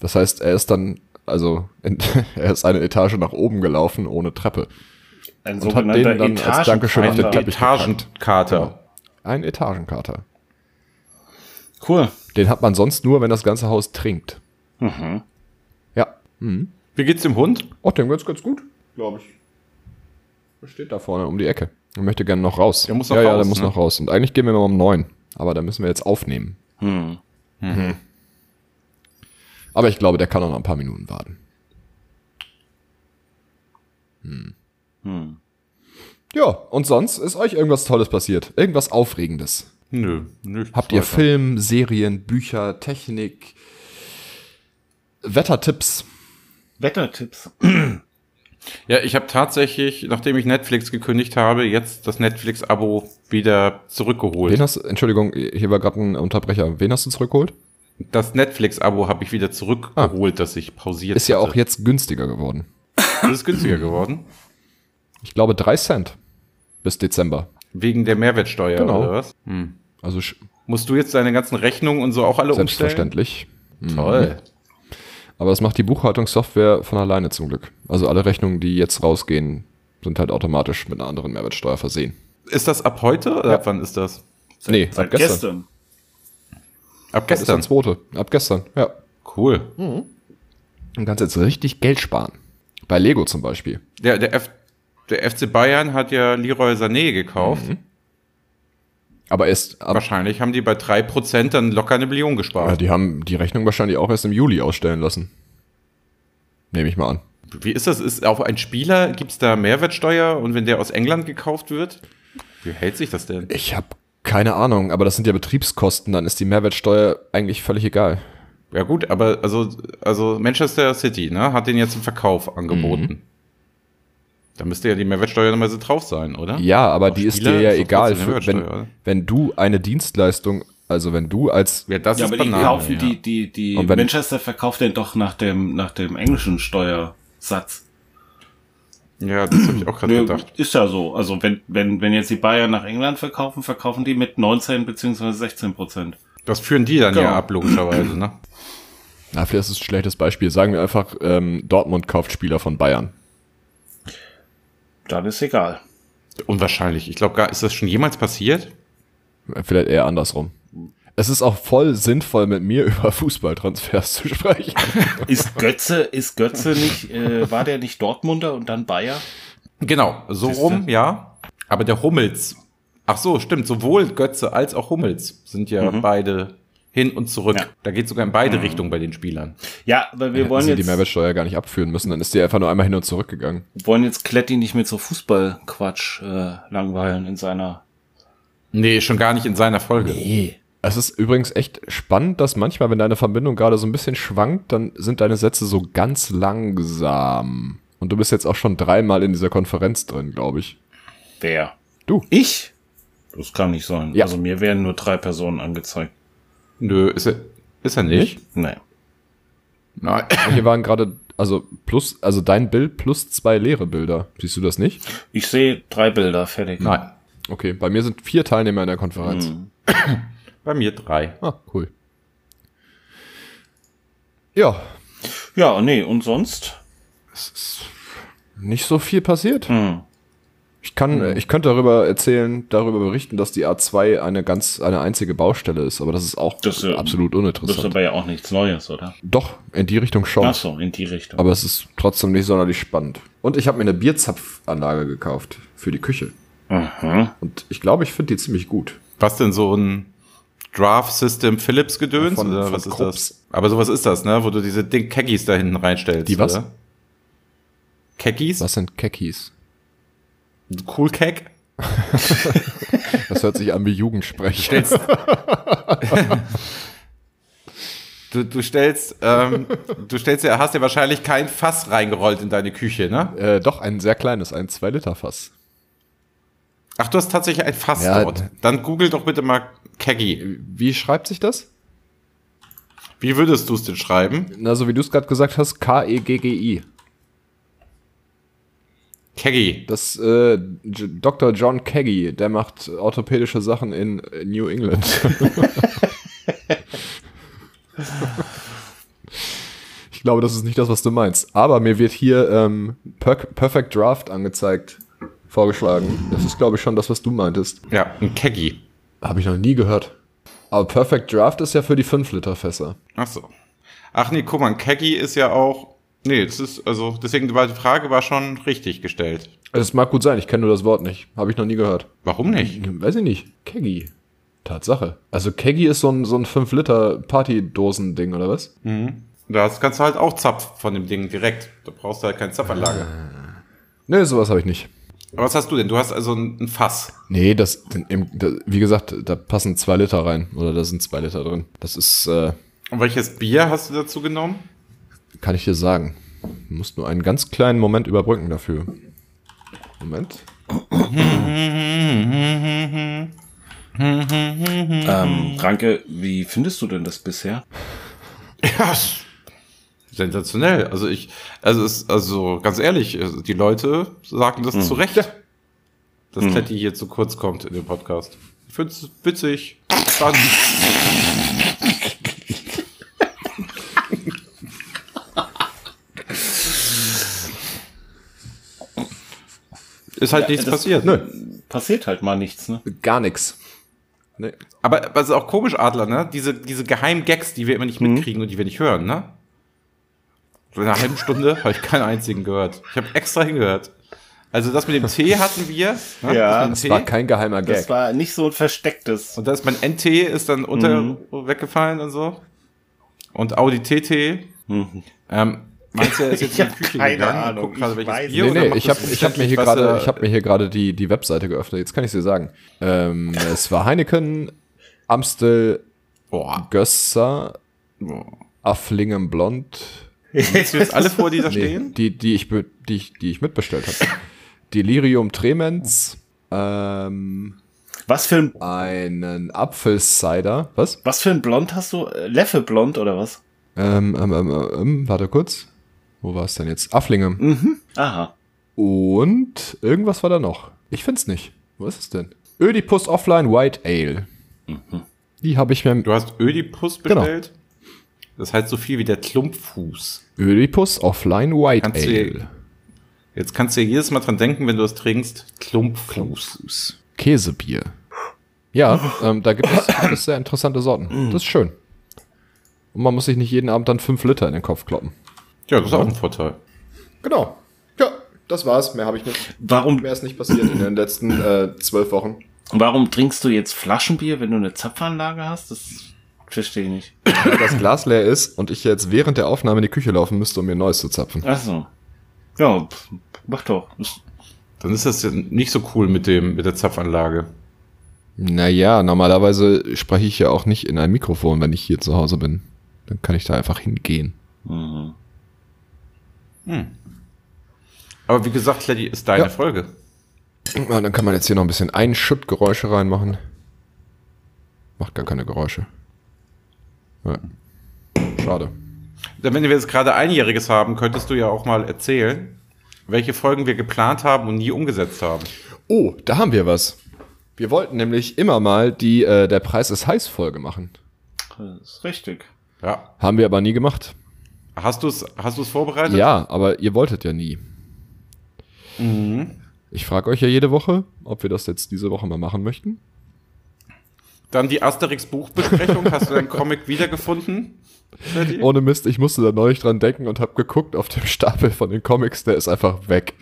Speaker 4: Das heißt, er ist dann, also in, er ist eine Etage nach oben gelaufen ohne Treppe.
Speaker 3: Ein
Speaker 4: Und hat
Speaker 3: sogenannter
Speaker 4: denen dann als Dankeschön auf den
Speaker 3: Etagenpfeiler.
Speaker 4: Teppich.
Speaker 2: Etagenkater.
Speaker 4: Ein Etagenkater.
Speaker 2: Genau.
Speaker 3: Cool.
Speaker 4: Den hat man sonst nur, wenn das ganze Haus trinkt.
Speaker 3: Mhm.
Speaker 4: Ja.
Speaker 2: Wie geht's dem Hund?
Speaker 4: Oh, dem geht's ganz gut, glaube ich. Er steht da vorne um die Ecke. Er möchte gerne noch raus.
Speaker 2: Der muss noch
Speaker 4: ja, Ja,
Speaker 2: raus,
Speaker 4: der muss
Speaker 2: ne?
Speaker 4: noch raus. Und eigentlich gehen wir mal um neun. Aber da müssen wir jetzt aufnehmen. Mhm.
Speaker 3: Hm.
Speaker 4: Aber ich glaube, der kann auch noch ein paar Minuten warten.
Speaker 3: Hm.
Speaker 4: Ja, und sonst ist euch irgendwas Tolles passiert. Irgendwas Aufregendes.
Speaker 2: Nö, nö.
Speaker 4: Habt ihr Film, Serien, Bücher, Technik, Wettertipps?
Speaker 3: Wettertipps.
Speaker 2: Ja, ich habe tatsächlich, nachdem ich Netflix gekündigt habe, jetzt das Netflix-Abo wieder zurückgeholt.
Speaker 4: Wen hast, Entschuldigung, hier war gerade ein Unterbrecher. Wen hast du zurückgeholt?
Speaker 2: Das Netflix-Abo habe ich wieder zurückgeholt, das ich pausiert
Speaker 4: Ist ja
Speaker 2: hatte.
Speaker 4: auch jetzt günstiger geworden.
Speaker 2: Das ist günstiger geworden.
Speaker 4: Ich glaube, drei Cent bis Dezember.
Speaker 2: Wegen der Mehrwertsteuer
Speaker 4: Genau.
Speaker 2: oder was? Hm.
Speaker 4: Also sch-
Speaker 2: Musst du jetzt deine ganzen Rechnungen und so auch alle umstellen?
Speaker 4: selbstverständlich. Mhm.
Speaker 2: Toll.
Speaker 4: Aber das macht die Buchhaltungssoftware von alleine zum Glück. Also alle Rechnungen, die jetzt rausgehen, sind halt automatisch mit einer anderen Mehrwertsteuer versehen.
Speaker 2: Ist das ab heute oder ab wann ist das?
Speaker 4: nee,
Speaker 3: Seit gestern.
Speaker 2: Ab
Speaker 4: Das ist der
Speaker 2: gestern.
Speaker 4: zweite. Ab gestern, ja.
Speaker 2: Cool.
Speaker 4: Dann kannst du jetzt richtig Geld sparen. Bei Lego zum Beispiel.
Speaker 2: Der, der, F der FC Bayern hat ja Leroy Sané gekauft.
Speaker 4: Mhm. Aber erst ab,
Speaker 2: Wahrscheinlich haben die bei 3% dann locker eine Million
Speaker 4: ja,
Speaker 2: gespart.
Speaker 4: die haben die Rechnung wahrscheinlich auch erst im Juli ausstellen lassen. Nehme ich mal an.
Speaker 2: Wie ist das? Ist auf einen Spieler gibt's da Mehrwertsteuer und wenn der aus England gekauft wird? Wie hält sich das denn?
Speaker 4: Ich habe keine Ahnung, aber das sind ja Betriebskosten, dann ist die Mehrwertsteuer eigentlich völlig egal.
Speaker 2: Ja gut, aber also, also Manchester City ne, hat den jetzt im Verkauf angeboten. Da müsste ja die Mehrwertsteuer nochmal so drauf sein, oder?
Speaker 4: Ja, aber
Speaker 2: Auf
Speaker 4: die ist
Speaker 2: Spieler
Speaker 4: dir ja
Speaker 2: doch
Speaker 4: egal,
Speaker 2: trotzdem
Speaker 4: für, wenn,
Speaker 2: Mehrwertsteuer, oder?
Speaker 4: wenn du eine Dienstleistung, also wenn du als
Speaker 2: ja, das
Speaker 3: Ja,
Speaker 2: ist
Speaker 3: aber die
Speaker 2: Banane.
Speaker 3: kaufen
Speaker 2: ja.
Speaker 3: die, die, die
Speaker 4: Und wenn-
Speaker 3: Manchester verkauft den doch nach dem, nach dem englischen Steuersatz.
Speaker 2: ja, das habe ich auch gerade
Speaker 3: Nö,
Speaker 2: gedacht.
Speaker 3: Ist ja so. Also wenn, wenn, wenn jetzt die Bayern nach England verkaufen, verkaufen die mit 19 bzw. 16 Prozent.
Speaker 2: Das führen die dann
Speaker 3: Genau.
Speaker 2: ja ab, logischerweise. Ne?
Speaker 4: Na, vielleicht ist es ein schlechtes Beispiel. Sagen wir einfach, ähm, Dortmund kauft Spieler von Bayern.
Speaker 3: Dann ist egal.
Speaker 2: Unwahrscheinlich. Ich glaube gar, ist das schon jemals passiert?
Speaker 4: Äh, Vielleicht eher andersrum. Es ist auch voll sinnvoll, mit mir über Fußballtransfers zu sprechen.
Speaker 3: Ist Götze, ist Götze nicht, äh, war der nicht Dortmunder und dann Bayer?
Speaker 2: Genau, so
Speaker 3: Siehste?
Speaker 2: rum, ja. Aber der Hummels. Ach so, stimmt. Sowohl Götze als auch Hummels sind ja
Speaker 4: Mhm.
Speaker 2: beide hin und zurück.
Speaker 3: Ja.
Speaker 2: Da geht sogar in beide Richtungen bei den Spielern.
Speaker 3: Ja, aber wir
Speaker 4: Hätten
Speaker 3: wollen
Speaker 4: sie die
Speaker 3: jetzt,
Speaker 4: Mehrwertsteuer gar nicht abführen müssen, dann ist die einfach nur einmal hin und zurück gegangen.
Speaker 3: wollen jetzt Kletti nicht mit so Fußballquatsch äh, langweilen in seiner
Speaker 2: Nee, schon gar nicht in seiner Folge.
Speaker 4: Es ist übrigens echt spannend, dass manchmal, wenn deine Verbindung gerade so ein bisschen schwankt, dann sind deine Sätze so ganz langsam. Und du bist jetzt auch schon dreimal in dieser Konferenz drin, glaube ich.
Speaker 3: Wer?
Speaker 4: Du.
Speaker 3: Ich? Das kann nicht sein.
Speaker 4: Ja.
Speaker 3: Also mir werden nur drei Personen angezeigt.
Speaker 2: Nö, ist er, ist er nicht.
Speaker 3: Nee.
Speaker 2: Nein.
Speaker 4: Hier waren gerade Also plus, also dein Bild plus zwei leere Bilder. Siehst du das nicht?
Speaker 3: Ich sehe drei Bilder, fertig.
Speaker 2: Nein.
Speaker 4: Okay, bei mir sind vier Teilnehmer in der Konferenz.
Speaker 3: Hm.
Speaker 2: Bei mir drei.
Speaker 4: Ah, cool. Ja,
Speaker 3: Ja, nee, und sonst?
Speaker 4: es ist nicht so viel passiert.
Speaker 3: Hm.
Speaker 4: Ich kann,
Speaker 3: Mhm.
Speaker 4: ich könnte darüber erzählen, darüber berichten, dass die A2 eine ganz, eine einzige Baustelle ist, aber das ist auch
Speaker 3: Das, äh,
Speaker 4: absolut
Speaker 3: Das ist
Speaker 4: uninteressant.
Speaker 3: aber ja auch nichts Neues, oder?
Speaker 4: Doch, in die Richtung schon.
Speaker 3: Ach so, in die Richtung.
Speaker 4: Aber es ist trotzdem nicht sonderlich spannend. Und ich habe mir eine Bierzapfanlage gekauft für die Küche.
Speaker 3: Mhm.
Speaker 4: Und ich glaube, ich finde die ziemlich gut.
Speaker 2: Was denn so ein Draft System Philips Gedöns
Speaker 4: Von-
Speaker 2: oder
Speaker 4: von
Speaker 2: was ist
Speaker 4: Krups.
Speaker 2: das? Aber sowas ist das, ne, wo du diese Ding Keggies da hinten reinstellst,
Speaker 4: Die was?
Speaker 2: Oder? Keggies?
Speaker 4: Was sind Kekis?
Speaker 2: Cool Keg?
Speaker 4: Das hört sich an wie Jugendsprech.
Speaker 2: Du, du stellst, ähm, du stellst ja, hast ja wahrscheinlich kein Fass reingerollt in deine Küche, ne?
Speaker 4: äh, doch, ein sehr kleines, ein 2-Liter-Fass.
Speaker 2: Ach, du hast tatsächlich ein Fass
Speaker 4: Ja.
Speaker 2: dort. Dann google doch bitte mal Keggy.
Speaker 4: Wie schreibt sich das?
Speaker 2: Wie würdest du es denn schreiben?
Speaker 4: Na, so wie du es gerade gesagt hast, E K-E-G-G-I.
Speaker 2: Keggy.
Speaker 4: Das äh, J Dr. John Keggy, der macht orthopädische Sachen in äh, New England. ich glaube, das ist nicht das, was du meinst. Aber mir wird hier ähm, per Perfect Draft angezeigt, vorgeschlagen. Das ist, glaube ich, schon das, was du meintest.
Speaker 2: Ja, ein Keggy.
Speaker 4: Habe ich noch nie gehört. Aber Perfect Draft ist ja für die 5-Liter-Fässer.
Speaker 2: Ach so. Ach nee, guck mal, ein Keggy ist ja auch. Nee, das ist, also, deswegen war die Frage war schon richtig gestellt.
Speaker 4: Das mag gut sein, ich kenne nur das Wort nicht. Habe ich noch nie gehört.
Speaker 2: Warum nicht?
Speaker 4: Weiß ich nicht. Keggy. Tatsache. Also Keggy ist so ein, so ein 5-Liter-Partydosen-Ding, oder was?
Speaker 2: Da kannst du halt auch Zapf von dem Ding direkt. Da brauchst du halt keine Zapfanlage.
Speaker 4: Nee, sowas habe ich nicht.
Speaker 2: Aber was hast du denn? Du hast also ein, ein Fass.
Speaker 4: Nee, das, im, da, wie gesagt, da passen zwei Liter rein. Oder da sind zwei Liter drin. Das ist, äh,
Speaker 2: Und welches Bier hast du dazu genommen?
Speaker 4: kann ich dir sagen. Du musst nur einen ganz kleinen Moment überbrücken dafür. Moment.
Speaker 3: Ähm, Ranke, wie findest du denn das bisher?
Speaker 2: Ja, s- sensationell. Also ich, also es, also ganz ehrlich, also die Leute sagen das zu Recht, dass Kletti hier zu kurz kommt in dem Podcast. Ich find's witzig, spannend. Ist halt nichts
Speaker 3: das-
Speaker 2: passiert.
Speaker 3: Passiert halt mal nichts, ne?
Speaker 4: Gar nix. Nee.
Speaker 2: Aber was ist auch komisch, Adler, ne? Diese, diese geheimen Gags, die wir immer
Speaker 4: Mhm.
Speaker 2: nicht mitkriegen und die wir nicht hören, ne? So in einer halben Stunde habe ich keinen einzigen gehört. Ich habe extra hingehört. Also das mit dem Tee hatten wir. Ne?
Speaker 3: Ja,
Speaker 2: das
Speaker 4: Das
Speaker 2: mit dem
Speaker 4: war
Speaker 2: Tee.
Speaker 4: kein geheimer Gag.
Speaker 3: Das war nicht so ein verstecktes.
Speaker 2: Und da ist mein NT ist dann unter
Speaker 4: Mhm.
Speaker 2: weggefallen und so. Und Audi TT.
Speaker 4: Mhm.
Speaker 2: Ähm, meinst du, er ist jetzt
Speaker 3: Ich
Speaker 2: in die
Speaker 3: hab
Speaker 2: Küche
Speaker 3: keine
Speaker 2: gegangen
Speaker 3: Ahnung,
Speaker 2: und guckt gerade,
Speaker 3: ich
Speaker 2: welches
Speaker 3: weiß
Speaker 2: Bier
Speaker 4: nee,
Speaker 2: oder
Speaker 4: nee,
Speaker 2: macht
Speaker 4: ich
Speaker 2: das
Speaker 4: habe ich hab mir hier
Speaker 2: was,
Speaker 4: gerade
Speaker 2: äh,
Speaker 4: ich hab mir hier gerade die die Webseite geöffnet. Jetzt kann ich dir sagen. Ähm, es war Heineken, Amstel,
Speaker 2: Boah,
Speaker 4: Gösser,
Speaker 2: boah.
Speaker 4: Afflingen Blond.
Speaker 2: Siehst du jetzt alle vor, die da
Speaker 4: Nee,
Speaker 2: stehen?
Speaker 4: die die ich be- die ich, die ich mitbestellt habe. Delirium Tremens, ähm,
Speaker 3: Was für ein,
Speaker 4: einen Apfelcider. Was?
Speaker 3: was für ein Blond hast du? Äh, Leffe Blond oder was?
Speaker 4: Ähm, ähm, ähm, ähm, warte kurz. Wo war es denn jetzt? Afflingen.
Speaker 3: Aha.
Speaker 4: Und irgendwas war da noch. Ich find's nicht. Wo ist es denn? Ödipus Offline White Ale. Die habe ich mir
Speaker 2: Du hast Ödipus
Speaker 4: Genau.
Speaker 2: bestellt. Das heißt so viel wie der Klumpfuß.
Speaker 4: Ödipus Offline White
Speaker 2: Kannst du-
Speaker 4: Ale.
Speaker 2: Jetzt kannst du ja jedes Mal dran denken, wenn du das trinkst. Klumpfuß.
Speaker 4: Käsebier. Ja, ähm, da gibt es, gibt es sehr interessante Sorten. Das ist schön. Und man muss sich nicht jeden Abend dann fünf Liter in den Kopf kloppen.
Speaker 2: Ja, das ist auch ein Vorteil.
Speaker 4: Genau. Ja, das war's. Mehr habe ich nicht.
Speaker 3: Warum,
Speaker 4: ist nicht passiert in den letzten äh, zwölf Wochen.
Speaker 3: warum trinkst du jetzt Flaschenbier, wenn du eine Zapfanlage hast? Das verstehe ich nicht.
Speaker 4: Weil das Glas leer ist und ich jetzt während der Aufnahme in die Küche laufen müsste, um mir ein neues zu zapfen.
Speaker 3: Ach so. Ja, pf, mach doch. Ist-
Speaker 2: Dann ist das ja nicht so cool mit dem, mit der Zapfanlage.
Speaker 4: Naja, normalerweise spreche ich ja auch nicht in ein Mikrofon, wenn ich hier zu Hause bin. Dann kann ich da einfach hingehen.
Speaker 3: Mhm.
Speaker 2: Aber wie gesagt, Clady, ist deine
Speaker 4: Ja.
Speaker 2: Folge.
Speaker 4: Und dann kann man jetzt hier noch ein bisschen Einschüttgeräusche reinmachen. Macht gar keine Geräusche. Ja. Schade.
Speaker 2: Dann, wenn wir jetzt gerade Einjähriges haben, könntest du ja auch mal erzählen, welche Folgen wir geplant haben und nie umgesetzt haben.
Speaker 4: Oh, da haben wir was. Wir wollten nämlich immer mal die äh, Der Preis ist heiß Folge machen.
Speaker 3: Das ist richtig.
Speaker 2: Ja.
Speaker 4: Haben wir aber nie gemacht.
Speaker 2: Hast du es hast du's vorbereitet?
Speaker 4: Ja, aber ihr wolltet ja nie. Ich frage euch ja jede Woche, ob wir das jetzt diese Woche mal machen möchten.
Speaker 2: Dann die Asterix-Buchbesprechung. Hast du deinen Comic wiedergefunden? Freddy?
Speaker 4: Ohne Mist, ich musste da neulich dran denken und habe geguckt auf dem Stapel von den Comics, der ist einfach weg.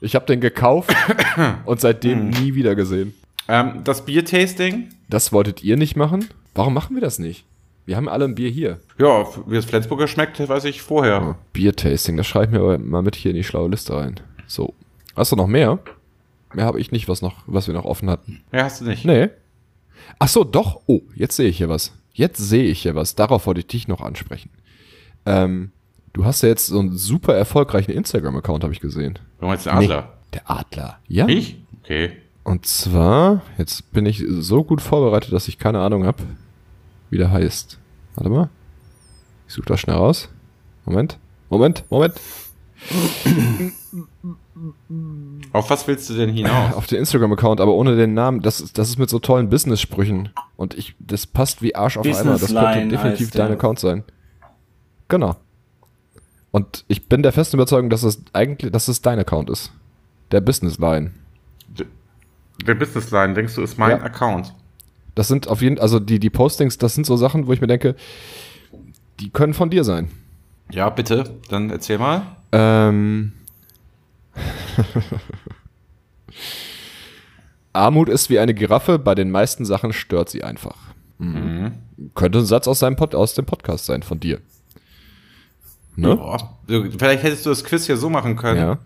Speaker 4: Ich habe den gekauft und seitdem nie wieder gesehen.
Speaker 2: Ähm, das Biertasting.
Speaker 4: Das wolltet ihr nicht machen? Warum machen wir das nicht? Wir haben alle ein Bier hier.
Speaker 2: Ja, wie das Flensburger schmeckt, weiß ich vorher.
Speaker 4: Biertasting, das schreibe ich mir aber mal mit hier in die schlaue Liste rein. So. Hast du noch mehr? Mehr habe ich nicht, was, noch, was wir noch offen hatten.
Speaker 2: Ja, hast du nicht.
Speaker 4: Nee. Ach so, doch. Oh, jetzt sehe ich hier was. Jetzt sehe ich hier was. Darauf wollte ich dich noch ansprechen. Ähm, du hast ja jetzt so einen super erfolgreichen Instagram-Account, habe ich gesehen.
Speaker 2: Wir haben jetzt den Adler.
Speaker 4: Der Adler. Ja.
Speaker 2: Ich? Okay.
Speaker 4: Und zwar, jetzt bin ich so gut vorbereitet, dass ich keine Ahnung habe, wie der heißt. Warte mal. Ich suche das schnell raus. Moment. Moment, Moment.
Speaker 2: Auf was willst du denn
Speaker 3: Genau.
Speaker 2: hinaus?
Speaker 4: Auf den Instagram-Account, aber ohne den Namen. Das, ist- das ist mit so tollen Business-Sprüchen. Und ich, das passt wie Arsch auf einmal. Das könnte
Speaker 3: Businessline
Speaker 4: definitiv
Speaker 3: heißt der.
Speaker 4: dein Account sein. Genau. Und ich bin der festen Überzeugung, dass es eigentlich, dass es dein Account ist. Der Business-Line.
Speaker 2: Der Businessline, denkst du, ist mein
Speaker 4: Ja.
Speaker 2: Account?
Speaker 4: Das sind auf jeden also die, die Postings, das sind so Sachen, wo ich mir denke, die können von dir sein.
Speaker 2: Ja, bitte. Dann erzähl mal.
Speaker 4: Ähm. Armut ist wie eine Giraffe, bei den meisten Sachen stört sie einfach.
Speaker 2: Mhm.
Speaker 4: Könnte ein Satz aus, seinem Pod aus dem Podcast sein, von dir. Ne?
Speaker 2: Boah. Du- Vielleicht hättest du das Quiz ja so machen können.
Speaker 4: Ja.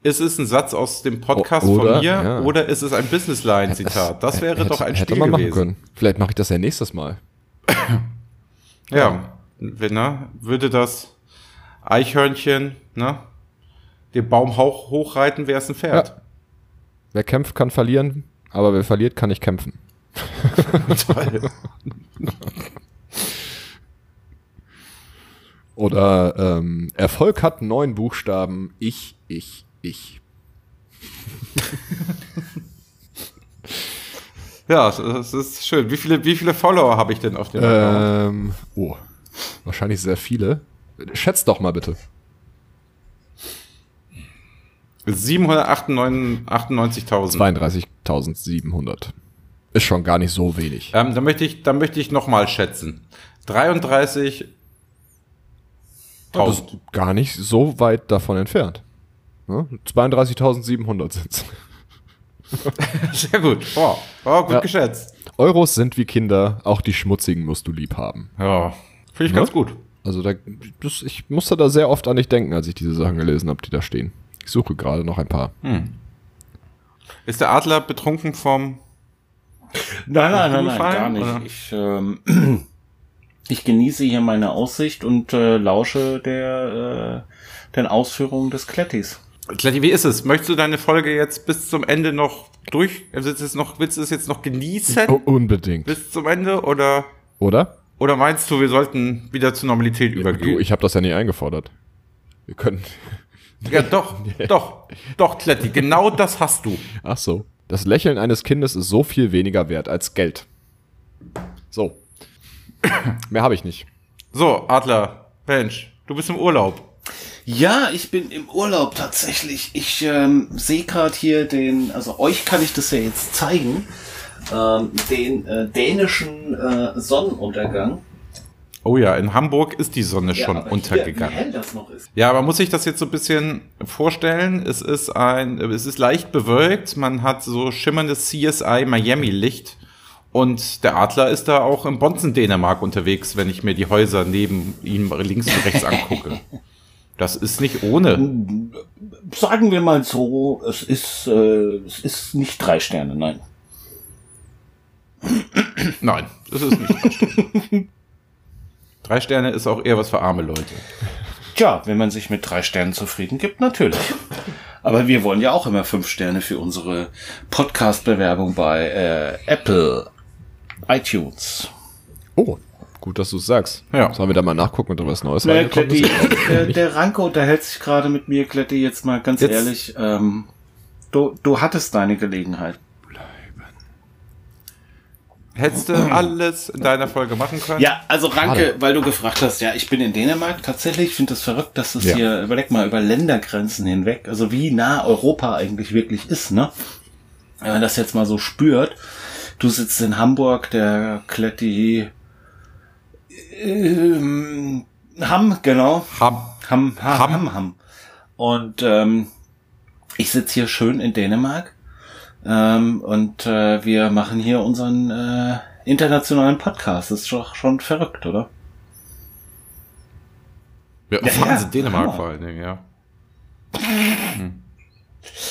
Speaker 2: Ist es ein Satz aus dem Podcast
Speaker 4: O- oder?
Speaker 2: von mir
Speaker 4: Ja.
Speaker 2: oder ist es ein Businessline-Zitat? Das wäre
Speaker 4: Hätte-
Speaker 2: doch ein
Speaker 4: hätte
Speaker 2: Spiel
Speaker 4: man
Speaker 2: gewesen.
Speaker 4: machen können. Vielleicht mache ich das ja nächstes Mal.
Speaker 2: Ja, wenn, ne, würde das Eichhörnchen ne, den Baum hoch, hochreiten, wäre es ein Pferd.
Speaker 4: Wer kämpft, kann verlieren, aber wer verliert, kann nicht kämpfen.
Speaker 2: Toll.
Speaker 4: Oder ähm, Erfolg hat neun Buchstaben. Ich, ich, ich.
Speaker 2: ja, das ist schön. Wie viele, wie viele Follower habe ich denn auf dem Account?
Speaker 4: Ähm, oh, wahrscheinlich sehr viele. Schätzt doch mal bitte. Äh.
Speaker 2: 798.000.
Speaker 4: 32.700. Ist schon gar nicht so wenig.
Speaker 2: Ähm, dann möchte ich, dann möchte ich nochmal schätzen. 33.
Speaker 4: Das ist gar nicht so weit davon entfernt. Ne? 32.700 sind's.
Speaker 2: Sehr gut. Oh, oh gut
Speaker 4: Ja.
Speaker 2: geschätzt.
Speaker 4: Euros sind wie Kinder, auch die schmutzigen musst du lieb haben.
Speaker 2: Ja. Ne? Finde ich
Speaker 4: Ja.
Speaker 2: ganz gut.
Speaker 4: Also da, das, ich musste da sehr oft an dich denken, als ich diese Sachen gelesen habe, die da stehen. Ich suche gerade noch ein paar.
Speaker 2: Ist der Adler betrunken vom.
Speaker 3: Nein, nein, nein,
Speaker 2: Bist du
Speaker 3: nein, gar
Speaker 2: gefallen, oder?
Speaker 3: nicht. Ich, ähm, ich genieße hier meine Aussicht und äh, lausche der, äh, den Ausführungen des Klettis.
Speaker 2: Kletti, wie ist es? Möchtest du deine Folge jetzt bis zum Ende noch durch? Also ist es noch, willst du es jetzt noch genießen?
Speaker 4: Oh, unbedingt.
Speaker 2: Bis zum Ende? Oder,
Speaker 4: Oder?
Speaker 2: oder meinst du, wir sollten wieder zur Normalität übergehen?
Speaker 4: Du, ich habe das ja nie eingefordert. Wir können.
Speaker 2: ja, doch, doch, doch, Kletti, genau das hast du.
Speaker 4: Ach so. Das Lächeln eines Kindes ist so viel weniger wert als Geld. So. Mehr habe ich nicht.
Speaker 2: So, Adler, Mensch, du bist im Urlaub.
Speaker 3: Ja, ich bin im Urlaub tatsächlich. Ich ähm, sehe gerade hier den, also euch kann ich das ja jetzt zeigen, ähm, den äh, dänischen äh, Sonnenuntergang.
Speaker 2: Oh ja, in Hamburg ist die Sonne
Speaker 3: Ja,
Speaker 2: schon
Speaker 3: aber hier, Wie
Speaker 2: untergegangen.
Speaker 3: hell das noch ist.
Speaker 2: Ja, man muss sich das jetzt so ein bisschen vorstellen. Es ist ein, es ist leicht bewölkt. Man hat so schimmerndes CSI Miami Licht. Und der Adler ist da auch im Bonzen Dänemark unterwegs, wenn ich mir die Häuser neben ihm links und rechts angucke. Das ist nicht ohne.
Speaker 3: Uh. Sagen wir mal so, es ist, äh, es ist nicht drei Sterne, nein.
Speaker 2: Nein, das ist nicht. Drei Sterne. Drei Sterne ist auch eher was für arme Leute.
Speaker 3: Tja, wenn man sich mit drei Sternen zufrieden gibt, natürlich. Aber wir wollen ja auch immer fünf Sterne für unsere Podcast-Bewerbung bei äh, Apple, iTunes.
Speaker 4: Oh, Gut, dass du es sagst.
Speaker 2: Ja.
Speaker 4: Sollen wir da mal nachgucken, ob da was Neues
Speaker 3: Nee,
Speaker 4: reingekommen
Speaker 3: Kletti,
Speaker 4: ist?
Speaker 3: der, der Ranke unterhält sich gerade mit mir, Kletti, jetzt mal ganz
Speaker 2: Jetzt-
Speaker 3: ehrlich. Ähm, du, du hattest deine Gelegenheit.
Speaker 2: Hättest du alles in deiner Folge machen können?
Speaker 3: Ja, also Ranke, weil du gefragt hast, ja, ich bin in Dänemark. Tatsächlich, ich finde das verrückt, dass das
Speaker 4: Ja.
Speaker 3: hier, überleg mal, über Ländergrenzen hinweg, also wie nah Europa eigentlich wirklich ist, ne? Wenn man das jetzt mal so spürt. Du sitzt in Hamburg, der Kletti. Ähm, Hamm, genau.
Speaker 2: Ham.
Speaker 3: Ham, ha,
Speaker 2: Ham.
Speaker 3: ham. ham, Und ähm, ich sitze hier schön in Dänemark ähm, und äh, wir machen hier unseren äh, internationalen Podcast. Das ist doch schon verrückt, oder?
Speaker 2: Ja,
Speaker 3: Ja,
Speaker 2: Wahnsinn,
Speaker 3: ja,
Speaker 2: Dänemark
Speaker 3: Hammer.
Speaker 2: vor allen Dingen, ja. Hm.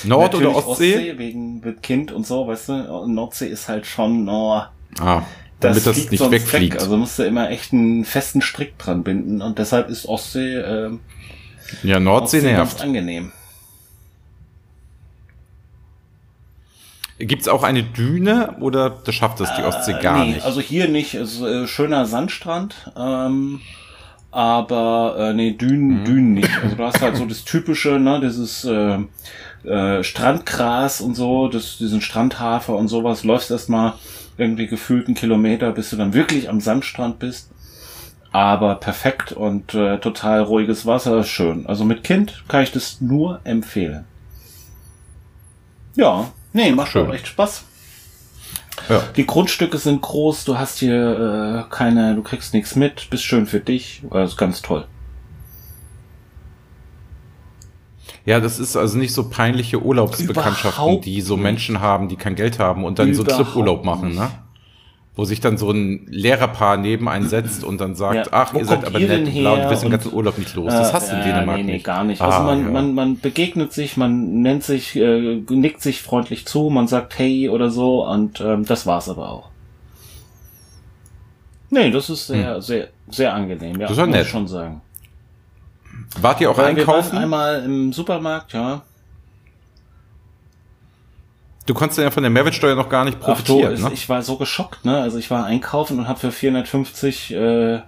Speaker 2: Nord- oder
Speaker 3: Natürlich
Speaker 2: Ostsee?
Speaker 3: Wegen mit Kind und so, weißt du, Nordsee ist halt schon, oh,
Speaker 2: Ah, damit das,
Speaker 3: fliegt
Speaker 2: nicht
Speaker 3: sonst
Speaker 2: wegfliegt.
Speaker 3: Weg. Also musst du immer echt einen festen Strick dran binden und deshalb ist Ostsee, ähm,
Speaker 2: ja, Nordsee
Speaker 3: ganz
Speaker 2: nervt.
Speaker 3: angenehm.
Speaker 2: Gibt's auch eine Düne oder das schafft es die Ostsee
Speaker 3: Äh,
Speaker 2: gar
Speaker 3: nee,
Speaker 2: nicht?
Speaker 3: Also hier nicht. Es ist äh, schöner Sandstrand, ähm, aber äh, nee,
Speaker 2: Hm.
Speaker 3: Dünen, Dünen nicht. Also du hast halt so das typische, ne, dieses äh, äh, Strandgras und so, das, diesen Strandhafer und sowas, läufst erstmal irgendwie gefühlten Kilometer, bis du dann wirklich am Sandstrand bist. Aber perfekt und äh, total ruhiges Wasser, schön. Also mit Kind kann ich das nur empfehlen. Ja, nee, macht
Speaker 2: Schön.
Speaker 3: auch echt Spaß.
Speaker 2: Ja.
Speaker 3: Die Grundstücke sind groß, du hast hier äh, keine, du kriegst nichts mit, bist schön für dich, also ist ganz toll.
Speaker 2: ja, das ist also nicht so peinliche Urlaubsbekanntschaften,
Speaker 3: Überhaupt
Speaker 2: die so Menschen haben, die kein Geld haben und dann so
Speaker 3: Überhaupt
Speaker 2: Tripurlaub machen, ne? Wo sich dann so ein Lehrerpaar neben einen setzt und dann sagt,
Speaker 3: Ja,
Speaker 2: ach,
Speaker 3: wo
Speaker 2: ihr seid
Speaker 3: kommt
Speaker 2: aber
Speaker 3: ihr
Speaker 2: nett
Speaker 3: denn
Speaker 2: und blau und
Speaker 3: her?
Speaker 2: wisst den
Speaker 3: Und,
Speaker 2: ganzen Urlaub nicht los. Das hast du in
Speaker 3: Äh,
Speaker 2: Dänemark
Speaker 3: nee, nee,
Speaker 2: nicht.
Speaker 3: gar nicht.
Speaker 2: Ah,
Speaker 3: also man,
Speaker 2: ja.
Speaker 3: man, man begegnet sich, man nennt sich, äh, nickt sich freundlich zu, man sagt hey oder so und ähm, das war's aber auch. Nee, das ist sehr, sehr, sehr angenehm, ja,
Speaker 2: Hm. Das ist ja
Speaker 3: muss
Speaker 2: nett.
Speaker 3: ich schon sagen.
Speaker 2: Wart ihr auch
Speaker 3: Weil wir waren
Speaker 2: einkaufen?
Speaker 3: einmal im Supermarkt, ja.
Speaker 2: Du konntest ja von der Mehrwertsteuer noch gar nicht
Speaker 3: Ach du,
Speaker 2: profitieren,
Speaker 3: es-
Speaker 2: ne?
Speaker 3: Ich war so geschockt, ne? Also ich war einkaufen und habe für 450 äh,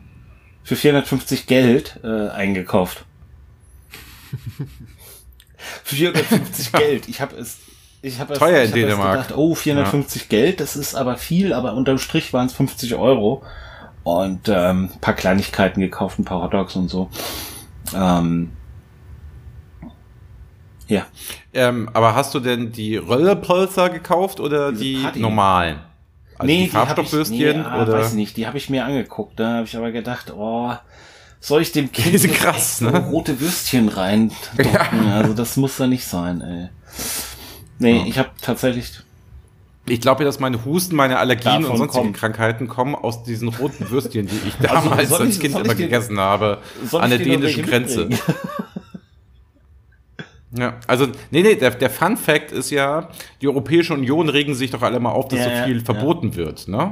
Speaker 3: für 450 Geld äh, eingekauft. 450 Geld. Ich habe es ich habe
Speaker 2: Teuer in
Speaker 3: ich hab erst
Speaker 2: Dänemark.
Speaker 3: gedacht, oh, 450 Geld, das ist aber viel, aber unterm Strich waren es 50 Euro und ähm, ein paar Kleinigkeiten gekauft, ein paar Hotdogs und so. Ähm, ja.
Speaker 2: Ähm, aber hast du denn die Röllepolzer gekauft oder
Speaker 3: Diese
Speaker 2: die
Speaker 3: Patty.
Speaker 2: normalen? Also nee, die
Speaker 3: hab ich,
Speaker 2: Farbstoffbürstchen
Speaker 3: nee, ah,
Speaker 2: oder?
Speaker 3: weiß nicht, die habe ich mir angeguckt. Da habe ich aber gedacht, oh, soll ich dem Kind
Speaker 2: Die sind
Speaker 3: jetzt
Speaker 2: krass,
Speaker 3: echt so
Speaker 2: ne?
Speaker 3: rote Würstchen rein? Also das muss da nicht sein, ey. Nee, ich habe tatsächlich
Speaker 2: Ich glaube ja, dass meine Husten, meine Allergien
Speaker 3: Davon
Speaker 2: und sonstigen
Speaker 3: kommen. Also,
Speaker 2: Krankheiten kommen aus diesen roten Würstchen, die ich damals
Speaker 3: soll ich-
Speaker 2: als Kind
Speaker 3: soll ich
Speaker 2: immer
Speaker 3: dir-
Speaker 2: gegessen habe,
Speaker 3: soll
Speaker 2: an
Speaker 3: ich
Speaker 2: der
Speaker 3: dir noch welche
Speaker 2: dänischen Grenze.
Speaker 3: mitbringen?
Speaker 2: Ja, also, nee, nee, der, der Fun Fact ist ja, die Europäische Union regen sich doch alle mal auf, dass
Speaker 3: Ja, ja,
Speaker 2: so viel
Speaker 3: ja.
Speaker 2: verboten wird, ne?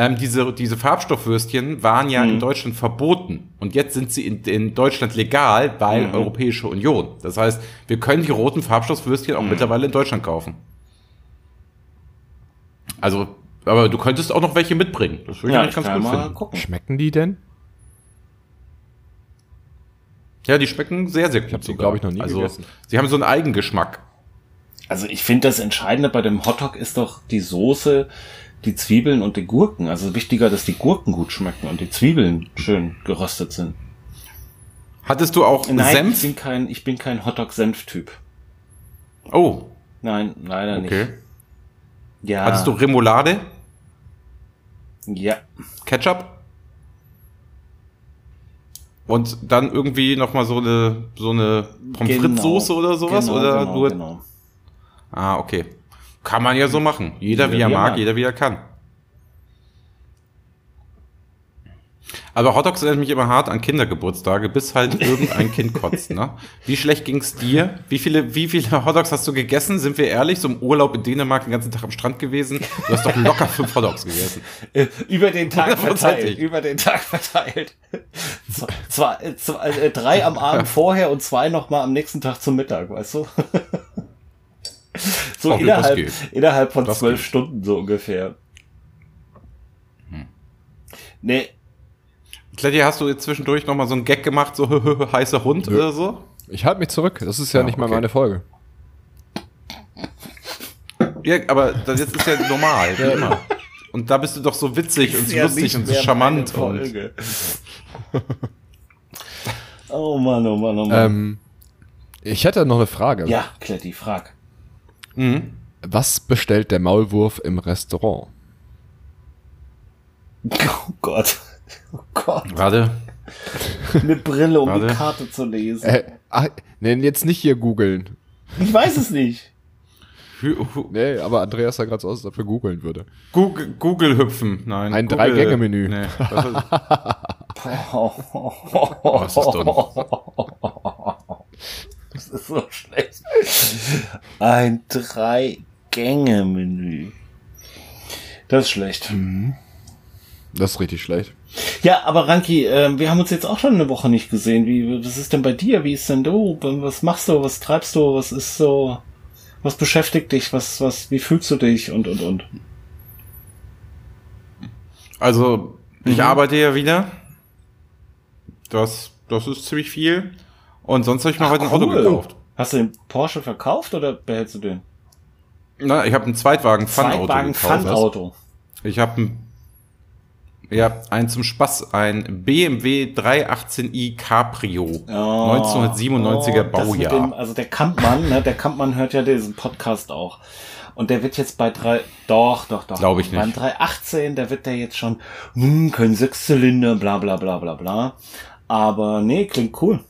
Speaker 2: Ähm, diese, diese Farbstoffwürstchen waren ja
Speaker 3: Mhm.
Speaker 2: in Deutschland verboten. Und jetzt sind sie in, in Deutschland legal, weil
Speaker 3: Mhm.
Speaker 2: Europäische Union. Das heißt, wir können die roten Farbstoffwürstchen
Speaker 3: Mhm.
Speaker 2: auch mittlerweile in Deutschland kaufen. Also, aber du könntest auch noch welche mitbringen. Das würde
Speaker 3: ja,
Speaker 2: ich eigentlich
Speaker 3: ich
Speaker 2: ganz
Speaker 3: kann
Speaker 2: gut
Speaker 3: mal
Speaker 2: finden.
Speaker 3: gucken.
Speaker 4: Schmecken die denn?
Speaker 2: Ja, die schmecken sehr, sehr gut. Ich
Speaker 4: hab sie, glaub ich, noch nie
Speaker 2: also,
Speaker 4: gegessen.
Speaker 2: Sie haben so einen Eigengeschmack.
Speaker 3: Also ich finde das Entscheidende bei dem Hotdog ist doch die Soße, die Zwiebeln und die Gurken. Also wichtiger, dass die Gurken gut schmecken und die Zwiebeln schön geröstet sind.
Speaker 2: Hattest du auch
Speaker 3: Nein, ich
Speaker 2: Senf?
Speaker 3: bin kein, ich bin kein Hotdog-Senf-Typ.
Speaker 2: Oh,
Speaker 3: Nein, leider
Speaker 2: okay.
Speaker 3: nicht. Ah. Ja.
Speaker 2: Hattest du Remoulade?
Speaker 3: Ja.
Speaker 2: Ketchup und dann irgendwie noch mal so eine so eine Pommes frites Soße
Speaker 3: Genau,
Speaker 2: oder sowas
Speaker 3: genau,
Speaker 2: oder
Speaker 3: genau,
Speaker 2: nur
Speaker 3: genau.
Speaker 2: Ah, okay. Kann man ja so machen. Jeder,
Speaker 3: Jeder,
Speaker 2: wie er mag, jeder, wie er kann. Aber Hotdogs erinnern mich immer hart an Kindergeburtstage, bis halt irgendein Kind kotzt, ne? Wie schlecht ging's dir? Wie viele, wie viele Hotdogs hast du gegessen? Sind wir ehrlich? So im Urlaub in Dänemark den ganzen Tag am Strand gewesen. Du hast doch locker fünf Hotdogs gegessen.
Speaker 3: Äh, über den Tag
Speaker 2: Hundertprozentig.
Speaker 3: verteilt, über den Tag verteilt. Z- Zwar äh, zwei, äh, drei am Abend vorher und zwei noch mal am nächsten Tag zum Mittag, weißt du? so
Speaker 2: Ach, das
Speaker 3: innerhalb,
Speaker 2: geht.
Speaker 3: innerhalb von
Speaker 2: Das
Speaker 3: zwölf
Speaker 2: geht. Hm.
Speaker 3: Stunden so ungefähr. Nee,
Speaker 2: Kletti, hast du jetzt zwischendurch nochmal so einen Gag gemacht, so heißer Hund
Speaker 4: Nö.
Speaker 2: oder so?
Speaker 4: Ich halte mich zurück. Das ist ja,
Speaker 2: Ja,
Speaker 4: nicht mal
Speaker 2: okay.
Speaker 4: meine Folge.
Speaker 2: Ja, aber das jetzt ist ja normal, wie immer. Und da bist du doch so witzig und so
Speaker 3: Ja,
Speaker 2: lustig
Speaker 3: nicht
Speaker 2: und so
Speaker 3: mehr
Speaker 2: charmant.
Speaker 3: meine
Speaker 2: Und
Speaker 3: Folge. oh Mann, oh Mann, oh Mann.
Speaker 4: Ähm, ich hätte noch eine Frage.
Speaker 2: Ähm.
Speaker 3: ja, Kletti, frag.
Speaker 4: Was bestellt der Maulwurf im Restaurant?
Speaker 3: Oh Gott. Oh Gott.
Speaker 2: Warte.
Speaker 3: Eine Brille, um die
Speaker 2: Warte.
Speaker 3: Karte zu lesen.
Speaker 4: Äh, ach, nee, jetzt nicht hier googeln.
Speaker 3: Ich weiß es nicht.
Speaker 2: Hü- hu-
Speaker 4: Nee, aber Andreas sah gerade so aus, als ob er googeln würde.
Speaker 2: Google, Google hüpfen. Nein.
Speaker 4: Ein
Speaker 2: Google-
Speaker 4: Drei-Gänge-Menü.
Speaker 2: Nee, Also, was ist-
Speaker 3: Oh,
Speaker 2: das ist dumm.
Speaker 3: das ist so schlecht. Ein Drei-Gänge-Menü. Das ist schlecht.
Speaker 4: Das ist richtig schlecht.
Speaker 3: Ja, aber Ranki, ähm, wir haben uns jetzt auch schon eine Woche nicht gesehen. Wie, was ist denn bei dir? Wie ist denn du? Was machst du? Was treibst du? Was ist so? Was beschäftigt dich? Was, was, wie fühlst du dich? Und, und, und.
Speaker 2: Also, ich arbeite ja wieder. Das, das ist ziemlich viel. Und sonst habe ich mir heute ein Auto
Speaker 3: Cool.
Speaker 2: gekauft.
Speaker 3: Hast du den Porsche verkauft oder behältst du den?
Speaker 2: Na, ich habe einen Zweitwagen Fun-Auto
Speaker 3: Zweitwagen
Speaker 2: gekauft.
Speaker 3: Fun-Auto.
Speaker 2: Ich habe ein, ja, ein zum Spaß, ein BMW 318i Cabrio.
Speaker 3: Oh,
Speaker 2: 1997er
Speaker 3: das mit
Speaker 2: Baujahr.
Speaker 3: Dem, also der Kampmann, ne, der Kampmann hört ja diesen Podcast auch. Und der wird jetzt bei drei, doch, doch, doch.
Speaker 2: Glaub ich nicht.
Speaker 3: Beim 318, da wird der jetzt schon, hm, kein Sechszylinder, bla, bla, bla, bla, bla. Aber nee, klingt cool.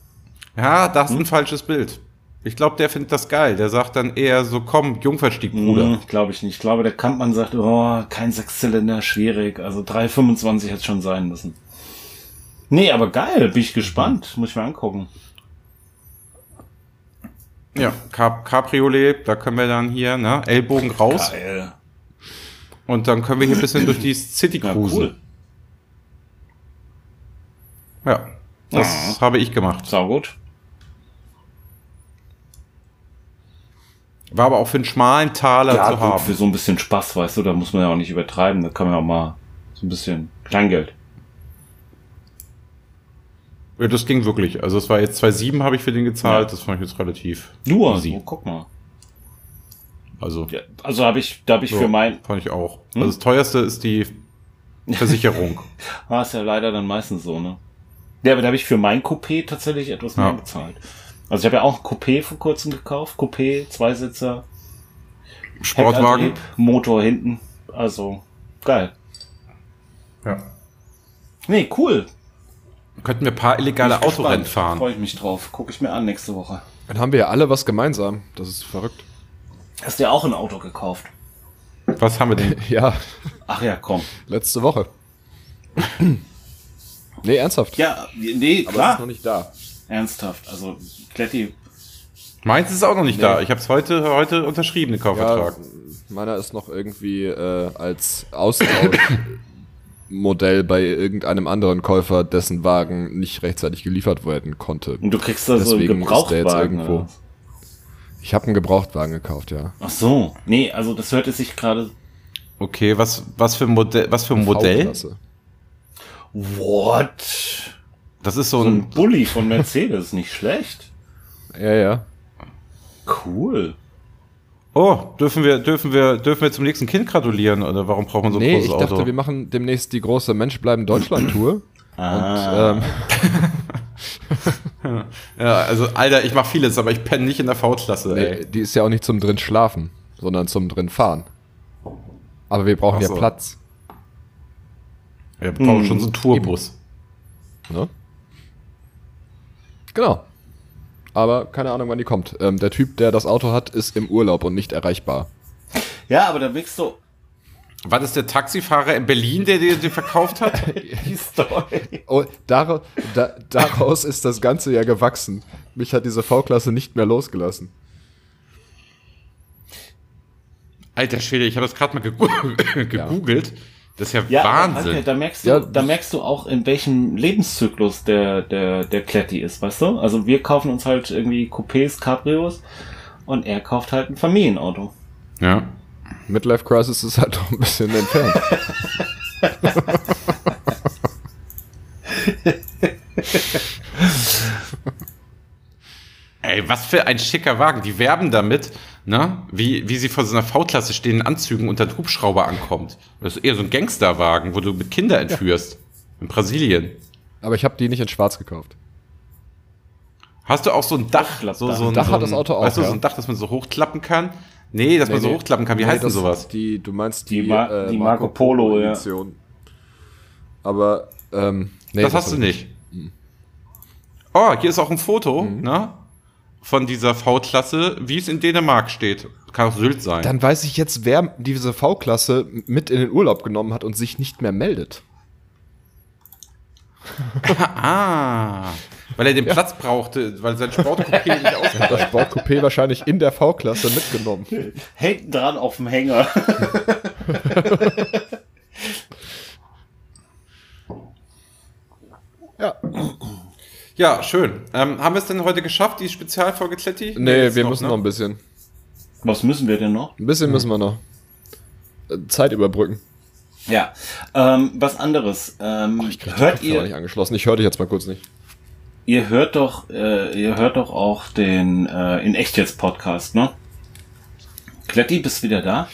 Speaker 2: Ja, das ist
Speaker 3: Hm?
Speaker 2: ein falsches Bild. Ich glaube, der findet das geil. Der sagt dann eher so, komm, Jungferstieg, Bruder.
Speaker 3: Hm, glaube ich nicht. Ich glaube, der Kampmann sagt, oh, kein Sechszylinder, schwierig. Also 325 hätte schon sein müssen. Nee, aber geil, bin ich gespannt. Muss ich mir angucken.
Speaker 2: Ja, Cap Cabriolet, da können wir dann hier, ne, Ellbogen raus.
Speaker 3: Geil.
Speaker 2: Und dann können wir hier ein bisschen durch die City
Speaker 3: Ja,
Speaker 2: cruisen.
Speaker 3: cool.
Speaker 2: Ja, das
Speaker 3: Ah.
Speaker 2: habe ich gemacht.
Speaker 3: Sau gut.
Speaker 2: War aber auch für einen schmalen Taler
Speaker 3: ja,
Speaker 2: zu
Speaker 3: gut,
Speaker 2: haben.
Speaker 3: für so ein bisschen Spaß, weißt du, da muss man ja auch nicht übertreiben. Da kann man ja auch mal so ein bisschen Kleingeld.
Speaker 2: Ja, das ging wirklich. Also es war jetzt 2,7 habe ich für den gezahlt. Das fand ich jetzt relativ
Speaker 3: Nur,
Speaker 2: easy.
Speaker 3: so, guck mal.
Speaker 2: Also
Speaker 3: Ja, also habe ich, da habe ich
Speaker 2: ja,
Speaker 3: für mein,
Speaker 2: fand ich auch.
Speaker 3: Hm?
Speaker 2: Also das teuerste ist die Versicherung.
Speaker 3: war es ah, ja leider dann meistens so, ne? Ja, aber da habe ich für mein Coupé tatsächlich etwas mehr
Speaker 2: Ja.
Speaker 3: bezahlt. Also ich habe ja auch ein Coupé vor kurzem gekauft. Coupé, Zweisitzer,
Speaker 2: Sportwagen.
Speaker 3: Heckantrieb, Motor hinten. Also, geil.
Speaker 2: Ja.
Speaker 3: Nee, cool.
Speaker 2: Könnten wir ein paar illegale Autorennen fahren.
Speaker 3: Freue ich mich drauf. Gucke ich mir an nächste Woche.
Speaker 4: Dann haben wir ja alle was gemeinsam. Das ist verrückt.
Speaker 3: Hast du ja auch ein Auto gekauft?
Speaker 2: Was haben wir denn?
Speaker 4: Ja,
Speaker 3: Ach ja, komm.
Speaker 4: letzte Woche. nee, ernsthaft.
Speaker 3: Ja, nee,
Speaker 4: aber es
Speaker 3: klar.
Speaker 4: ist noch nicht da.
Speaker 3: Ernsthaft, also Kletti,
Speaker 2: Meins ist auch noch nicht
Speaker 3: Nee.
Speaker 2: da. Ich habe es heute, heute unterschrieben, den
Speaker 4: Ja,
Speaker 2: Kaufvertrag.
Speaker 4: meiner ist noch irgendwie äh, als Austauschmodell bei irgendeinem anderen Käufer, dessen Wagen nicht rechtzeitig geliefert werden konnte.
Speaker 3: und du kriegst da so einen
Speaker 4: Deswegen ist der jetzt
Speaker 3: Gebrauchtwagen
Speaker 4: irgendwo.
Speaker 3: oder was?
Speaker 4: Ich habe einen Gebrauchtwagen gekauft, ja.
Speaker 3: Ach so, nee, also das hörte sich gerade,
Speaker 2: Okay, was, was für ein Modell? Was für ein Modell?
Speaker 4: V-Klasse.
Speaker 3: what?
Speaker 2: Das ist so
Speaker 3: So ein
Speaker 2: ein.
Speaker 3: Bulli von Mercedes, nicht schlecht.
Speaker 4: Ja, ja.
Speaker 3: Cool.
Speaker 2: Oh, dürfen wir, dürfen wir, dürfen wir zum nächsten Kind gratulieren? Oder warum braucht man so ein
Speaker 4: nee,
Speaker 2: großes
Speaker 4: ich dachte,
Speaker 2: Auto?
Speaker 4: wir machen demnächst die große Mensch bleiben Deutschland-Tour.
Speaker 3: Ah.
Speaker 4: Und ähm,
Speaker 2: ja, also Alter, ich mache vieles, aber ich penne nicht in der V-Klasse.
Speaker 4: nee,
Speaker 2: ey.
Speaker 4: die ist ja auch nicht zum drin schlafen, sondern zum drin fahren. Aber wir brauchen
Speaker 2: Ach
Speaker 4: ja
Speaker 2: so.
Speaker 4: Platz.
Speaker 2: Wir brauchen schon so einen Tourbus.
Speaker 4: Ne? Genau. Aber keine Ahnung, wann die kommt. Ähm, der Typ, der das Auto hat, ist im Urlaub und nicht erreichbar.
Speaker 3: Ja, aber da wirkst du
Speaker 2: War das der Taxifahrer in Berlin, der dir den verkauft hat?
Speaker 3: die Story.
Speaker 4: Oh, dar da daraus ist das Ganze ja gewachsen. Mich hat diese V-Klasse nicht mehr losgelassen.
Speaker 2: Alter Schwede, ich habe das gerade mal gego- gegoogelt. Das ist ja,
Speaker 3: Ja, aber Anke,
Speaker 2: Wahnsinn.
Speaker 3: da merkst du,
Speaker 4: Ja.
Speaker 3: da merkst du auch, in welchem Lebenszyklus der, der, der Kletti ist, weißt du? Also wir kaufen uns halt irgendwie Coupés, Cabrios und er kauft halt ein Familienauto.
Speaker 2: ja.
Speaker 4: Midlife Crisis ist halt noch ein bisschen entfernt.
Speaker 2: Ey, was für ein schicker Wagen. Die werben damit, ne? wie, wie sie vor so einer V-Klasse stehenden Anzügen unter den Hubschrauber ankommt. Das ist eher so ein Gangsterwagen, wo du mit Kinder entführst. In Brasilien.
Speaker 4: Aber ich habe die nicht in schwarz gekauft.
Speaker 2: Hast du auch so ein Dach? So, so ein,
Speaker 4: Dach
Speaker 2: so
Speaker 4: hat
Speaker 2: ein-
Speaker 4: das Auto auch,
Speaker 2: Weißt du,
Speaker 4: ja.
Speaker 2: so ein Dach, das man so hochklappen kann? Nee, dass man so
Speaker 4: nee.
Speaker 2: hochklappen kann. Wie heißt denn
Speaker 4: das-
Speaker 2: sowas?
Speaker 4: Die, du meinst
Speaker 3: Die
Speaker 4: die, äh,
Speaker 3: Ma- die Marco Polo, ja.
Speaker 4: Edition. Aber, ähm, nee,
Speaker 2: das hast du
Speaker 4: hab ich
Speaker 2: nicht. Oh, hier ist auch ein Foto,
Speaker 4: Mhm.
Speaker 2: ne? Von dieser V-Klasse, wie es in Dänemark steht. Kann auch Sylt sein.
Speaker 4: Dann weiß ich jetzt, wer diese V-Klasse mit in den Urlaub genommen hat und sich nicht mehr meldet.
Speaker 2: ah. Weil er den Platz brauchte, weil sein Sportcoupé nicht
Speaker 4: Der hat das
Speaker 2: ausgereicht.
Speaker 4: Sportcoupé wahrscheinlich in der V-Klasse mitgenommen.
Speaker 3: Hängt dran auf dem Hänger.
Speaker 4: Ja.
Speaker 2: Ja, schön. Ähm, haben wir es denn heute geschafft, die Spezialfolge Kletti?
Speaker 4: Nee,
Speaker 2: jetzt
Speaker 4: wir müssen
Speaker 2: ne?
Speaker 4: noch ein bisschen.
Speaker 3: Was müssen wir denn noch?
Speaker 4: Ein bisschen müssen wir noch. Äh, Zeit überbrücken.
Speaker 3: Ja, ähm, was anderes. Ähm,
Speaker 4: Ich
Speaker 3: hört
Speaker 4: bin noch
Speaker 3: ihr,
Speaker 4: nicht angeschlossen. Ich höre dich jetzt mal kurz nicht.
Speaker 3: ihr hört doch, äh, ihr hört doch auch den äh, in echt jetzt Podcast, ne? Kletti, bist wieder da?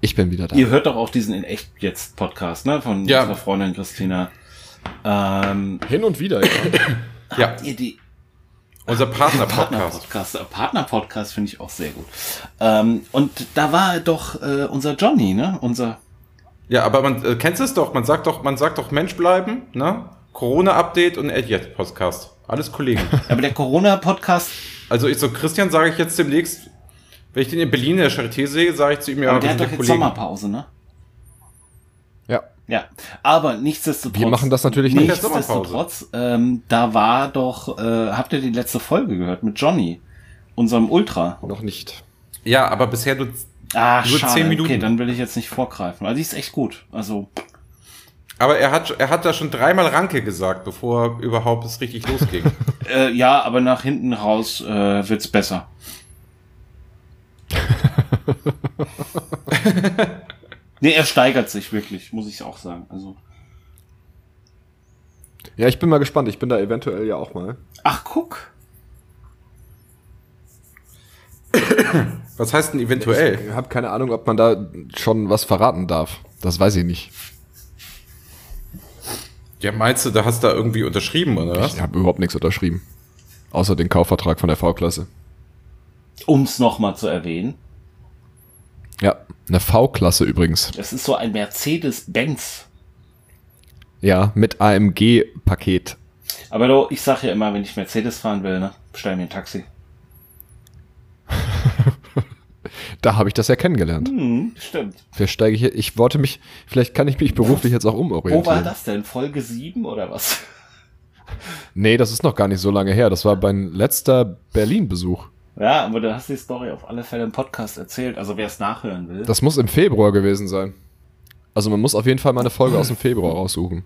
Speaker 4: Ich bin wieder da.
Speaker 3: Ihr hört doch auch diesen in echt jetzt Podcast, ne? Von
Speaker 2: Ja.
Speaker 3: unserer Freundin Christina. Ähm,
Speaker 4: Hin und wieder, ja.
Speaker 2: Ja,
Speaker 3: habt ihr die
Speaker 2: unser Partner-Podcast.
Speaker 3: Partner-Podcast, äh, Partner-Podcast finde ich auch sehr gut. Ähm, und da war doch äh, unser Johnny, ne? Unser
Speaker 2: Ja, aber man äh, kennt es doch. Man sagt doch, man sagt doch Mensch bleiben, ne? Corona-Update und Idiot-Podcast. Alles Kollegen.
Speaker 3: Aber der Corona-Podcast,
Speaker 2: Also ich so, Christian sage ich jetzt demnächst, wenn ich den in Berlin in der Charité sehe, sage ich zu ihm, ja,
Speaker 3: aber
Speaker 2: wir
Speaker 3: der
Speaker 2: sind
Speaker 3: hat doch
Speaker 2: ja
Speaker 3: jetzt
Speaker 2: Kollegen.
Speaker 3: Sommerpause, ne?
Speaker 4: ja.
Speaker 3: Ja, aber nichtsdestotrotz.
Speaker 4: Wir machen das natürlich
Speaker 2: nicht.
Speaker 3: Nichtsdestotrotz, ähm, da war doch, äh, habt ihr die letzte Folge gehört mit Johnny, unserem Ultra?
Speaker 4: Noch nicht.
Speaker 2: Ja, aber bisher du.
Speaker 3: Ah,
Speaker 2: Nur
Speaker 3: schade.
Speaker 2: zehn Minuten.
Speaker 3: Okay, dann will ich jetzt nicht vorgreifen. Also die ist echt gut. Also
Speaker 2: Aber er hat, er hat da schon dreimal Ranke gesagt, bevor überhaupt es richtig losging.
Speaker 3: äh, ja, aber nach hinten raus äh, wird's besser. nee, er steigert sich wirklich, muss ich auch sagen. Also
Speaker 4: Ja, ich bin mal gespannt. Ich bin da eventuell ja auch mal.
Speaker 3: ach guck,
Speaker 2: Was heißt denn eventuell?
Speaker 4: Ich habe keine Ahnung, ob man da schon was verraten darf. Das weiß ich nicht.
Speaker 2: Ja, meinst du, da hast du da irgendwie unterschrieben, oder was?
Speaker 4: Ich habe überhaupt nichts unterschrieben. Außer den Kaufvertrag von der V-Klasse.
Speaker 3: um's noch mal zu erwähnen,
Speaker 4: Ja, eine V-Klasse übrigens.
Speaker 3: es ist so ein Mercedes-Benz.
Speaker 4: Ja, mit AMG-Paket.
Speaker 3: Aber du, ich sag ja immer, wenn ich Mercedes fahren will, ne, bestell mir ein Taxi.
Speaker 4: Da habe ich das ja kennengelernt.
Speaker 3: Hm, stimmt.
Speaker 4: Vielleicht steige ich hier. Ich wollte mich, vielleicht kann ich mich beruflich jetzt auch umorientieren.
Speaker 3: Wo war das denn? Folge 7 oder was?
Speaker 4: Nee, das ist noch gar nicht so lange her. Das war mein letzter Berlin-Besuch.
Speaker 3: Ja, aber da hast du die Story auf alle Fälle im Podcast erzählt. Also wer es nachhören will.
Speaker 4: Das muss im Februar gewesen sein. Also man muss auf jeden Fall mal eine Folge aus dem Februar raussuchen.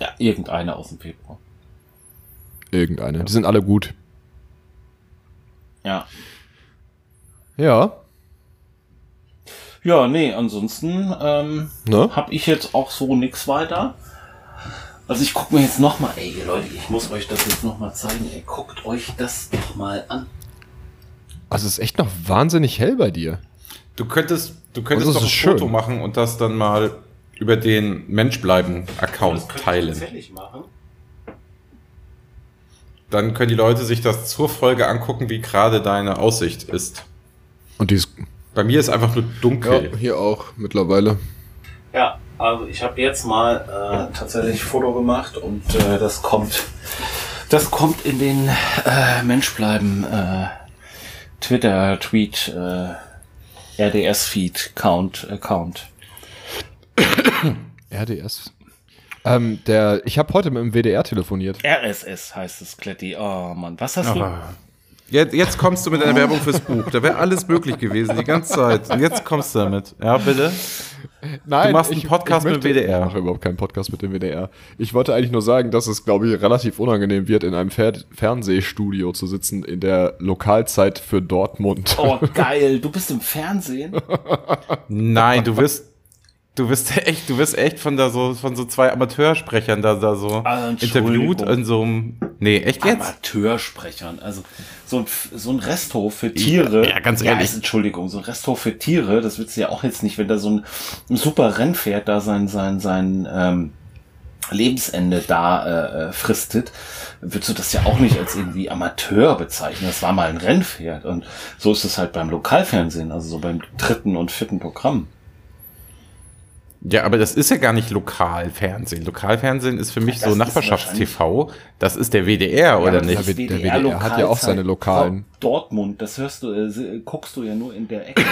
Speaker 3: ja, irgendeine aus dem Februar.
Speaker 4: Irgendeine. Die sind alle gut.
Speaker 3: Ja.
Speaker 4: Ja.
Speaker 3: Ja, nee, ansonsten ähm,
Speaker 4: Ne?
Speaker 3: habe ich jetzt auch so nix weiter. Also ich guck mir jetzt nochmal, ey ihr Leute, ich muss euch das jetzt nochmal zeigen. Ey, guckt euch das doch mal an.
Speaker 4: Also es ist echt noch wahnsinnig hell bei dir.
Speaker 2: Du könntest, du könntest
Speaker 4: das
Speaker 2: doch
Speaker 4: ist
Speaker 2: ein
Speaker 4: schön.
Speaker 2: Foto machen und das dann mal über den Mensch bleiben Account
Speaker 3: könnt ihr
Speaker 2: teilen.
Speaker 3: tatsächlich machen.
Speaker 2: Dann können die Leute sich das zur Folge angucken, wie gerade deine Aussicht ist.
Speaker 4: Und die ist
Speaker 2: Bei mir ist einfach nur dunkel.
Speaker 4: hier auch mittlerweile.
Speaker 3: Ja, also ich habe jetzt mal äh, tatsächlich Foto gemacht und äh, das kommt. Das kommt in den äh, Menschbleiben äh, Twitter, Tweet, äh, RDS-Feed, Count, Account.
Speaker 4: RDS. Ähm, der, ich habe heute mit dem WDR telefoniert.
Speaker 3: RSS heißt es, Kletti. Oh Mann, was hast
Speaker 2: Aber Jetzt, jetzt kommst du mit einer Werbung fürs Buch. Da wäre alles möglich gewesen, die ganze Zeit. Und jetzt kommst du damit. Ja, bitte.
Speaker 4: Nein,
Speaker 2: Du machst einen Podcast mit dem WDR.
Speaker 4: Ich mache überhaupt keinen Podcast mit dem WDR. Ich wollte eigentlich nur sagen, dass es, glaube ich, relativ unangenehm wird, in einem Fer Fernsehstudio zu sitzen in der Lokalzeit für
Speaker 3: Oh,
Speaker 4: Dortmund.
Speaker 3: du? Oh geil, du bist im Fernsehen.
Speaker 2: Nein, du wirst Du bist echt, du bist echt von da so, von so zwei Amateursprechern da, da so
Speaker 3: Ah, Entschuldigung.
Speaker 2: interviewt in so einem. Nee, echt jetzt?
Speaker 3: Amateursprechern. Also so ein, F- so ein Resthof für Tiere.
Speaker 2: Ja, ganz ehrlich.
Speaker 3: ist- Entschuldigung, so ein Resthof für Tiere, das willst du ja auch jetzt nicht, wenn da so ein, ein super Rennpferd da sein, sein, sein ähm, Lebensende da äh, äh, fristet, würdest du das ja auch nicht als irgendwie Amateur bezeichnen. Das war mal ein Rennpferd. Und so ist es halt beim Lokalfernsehen, also so beim dritten und vierten Programm.
Speaker 2: Ja, aber das ist ja gar nicht Lokalfernsehen. Lokalfernsehen ist für mich
Speaker 3: Das
Speaker 2: so
Speaker 3: ist
Speaker 2: Nachbarschafts-TV. Das ist der WDR, oder
Speaker 3: aber
Speaker 2: nicht?
Speaker 3: das
Speaker 4: Der W- der
Speaker 3: WDR
Speaker 4: WDR hat ja auch seine lokalen.
Speaker 3: Dort- Dortmund, das hörst du, äh, se- guckst du ja nur in der Ecke.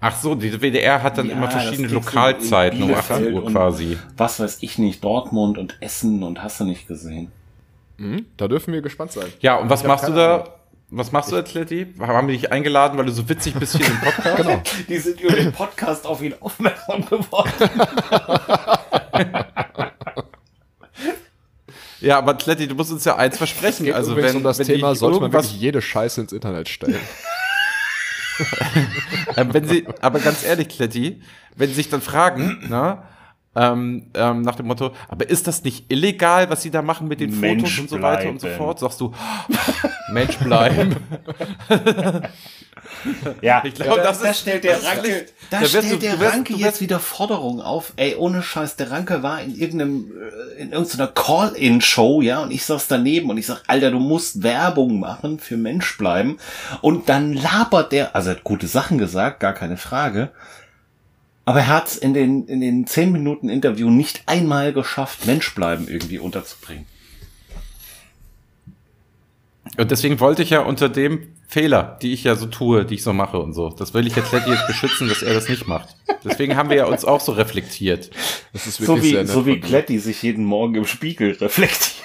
Speaker 2: Ach so, die WDR hat dann
Speaker 3: Ja,
Speaker 2: immer
Speaker 3: das
Speaker 2: verschiedene
Speaker 3: geht so
Speaker 2: Lokalzeiten
Speaker 3: in
Speaker 2: um 18
Speaker 3: Bielefeld
Speaker 2: Uhr
Speaker 3: und
Speaker 2: quasi.
Speaker 3: Was weiß ich nicht, Dortmund und Essen und hast du nicht gesehen.
Speaker 4: Da dürfen wir gespannt sein.
Speaker 2: Ja, und was
Speaker 4: Ich hab
Speaker 2: machst du
Speaker 4: keine Ahnung.
Speaker 2: da? Was machst du, Atleti? Haben wir dich eingeladen, weil du so witzig bist hier im Podcast? genau.
Speaker 3: Die sind über den Podcast auf ihn aufmerksam geworden.
Speaker 2: Ja, aber Atleti, du musst uns ja eins versprechen.
Speaker 4: Geht
Speaker 2: also
Speaker 4: übrigens
Speaker 2: wenn,
Speaker 4: um das
Speaker 2: wenn
Speaker 4: Thema
Speaker 2: die
Speaker 4: sollte man
Speaker 2: irgendwas-
Speaker 4: wirklich jede Scheiße ins Internet stellen.
Speaker 2: Ähm, wenn sie, aber ganz ehrlich, Kletti, wenn sie sich dann fragen, na, ähm, ähm, nach dem Motto, aber ist das nicht illegal, was sie da machen mit den
Speaker 3: Mensch
Speaker 2: Fotos und so weiter und so
Speaker 3: bleiben.
Speaker 2: fort, sagst du, Mensch bleiben.
Speaker 3: Ja,
Speaker 2: Ich glaube, das
Speaker 3: da
Speaker 2: ist-
Speaker 3: stellt der
Speaker 2: das ist
Speaker 3: Ranke,
Speaker 2: schlecht.
Speaker 3: da
Speaker 2: Da wirst
Speaker 3: stellt
Speaker 2: du-
Speaker 3: der
Speaker 2: du wirst-
Speaker 3: Ranke
Speaker 2: du
Speaker 3: jetzt
Speaker 2: wirst-
Speaker 3: wieder Forderungen auf. Ey, ohne Scheiß, der Ranke war in irgendeinem, äh, in irgendeiner Call-In-Show, ja, und ich saß daneben und ich sag, Alter, du musst Werbung machen für Mensch bleiben. Und dann labert der, also er hat gute Sachen gesagt, gar keine Frage. Aber er hat's in den, in den 10 Minuten Interview nicht einmal geschafft, Mensch bleiben irgendwie unterzubringen.
Speaker 2: Und deswegen wollte ich ja unter dem Fehler, die ich ja so tue, die ich so mache und so, das will ich jetzt Kletti jetzt beschützen, dass er das nicht macht. Deswegen haben wir ja uns auch so reflektiert.
Speaker 4: Das ist
Speaker 3: So wie,
Speaker 4: sehr nett
Speaker 3: so wie
Speaker 4: von dir.
Speaker 3: Kletti sich jeden Morgen im Spiegel reflektiert.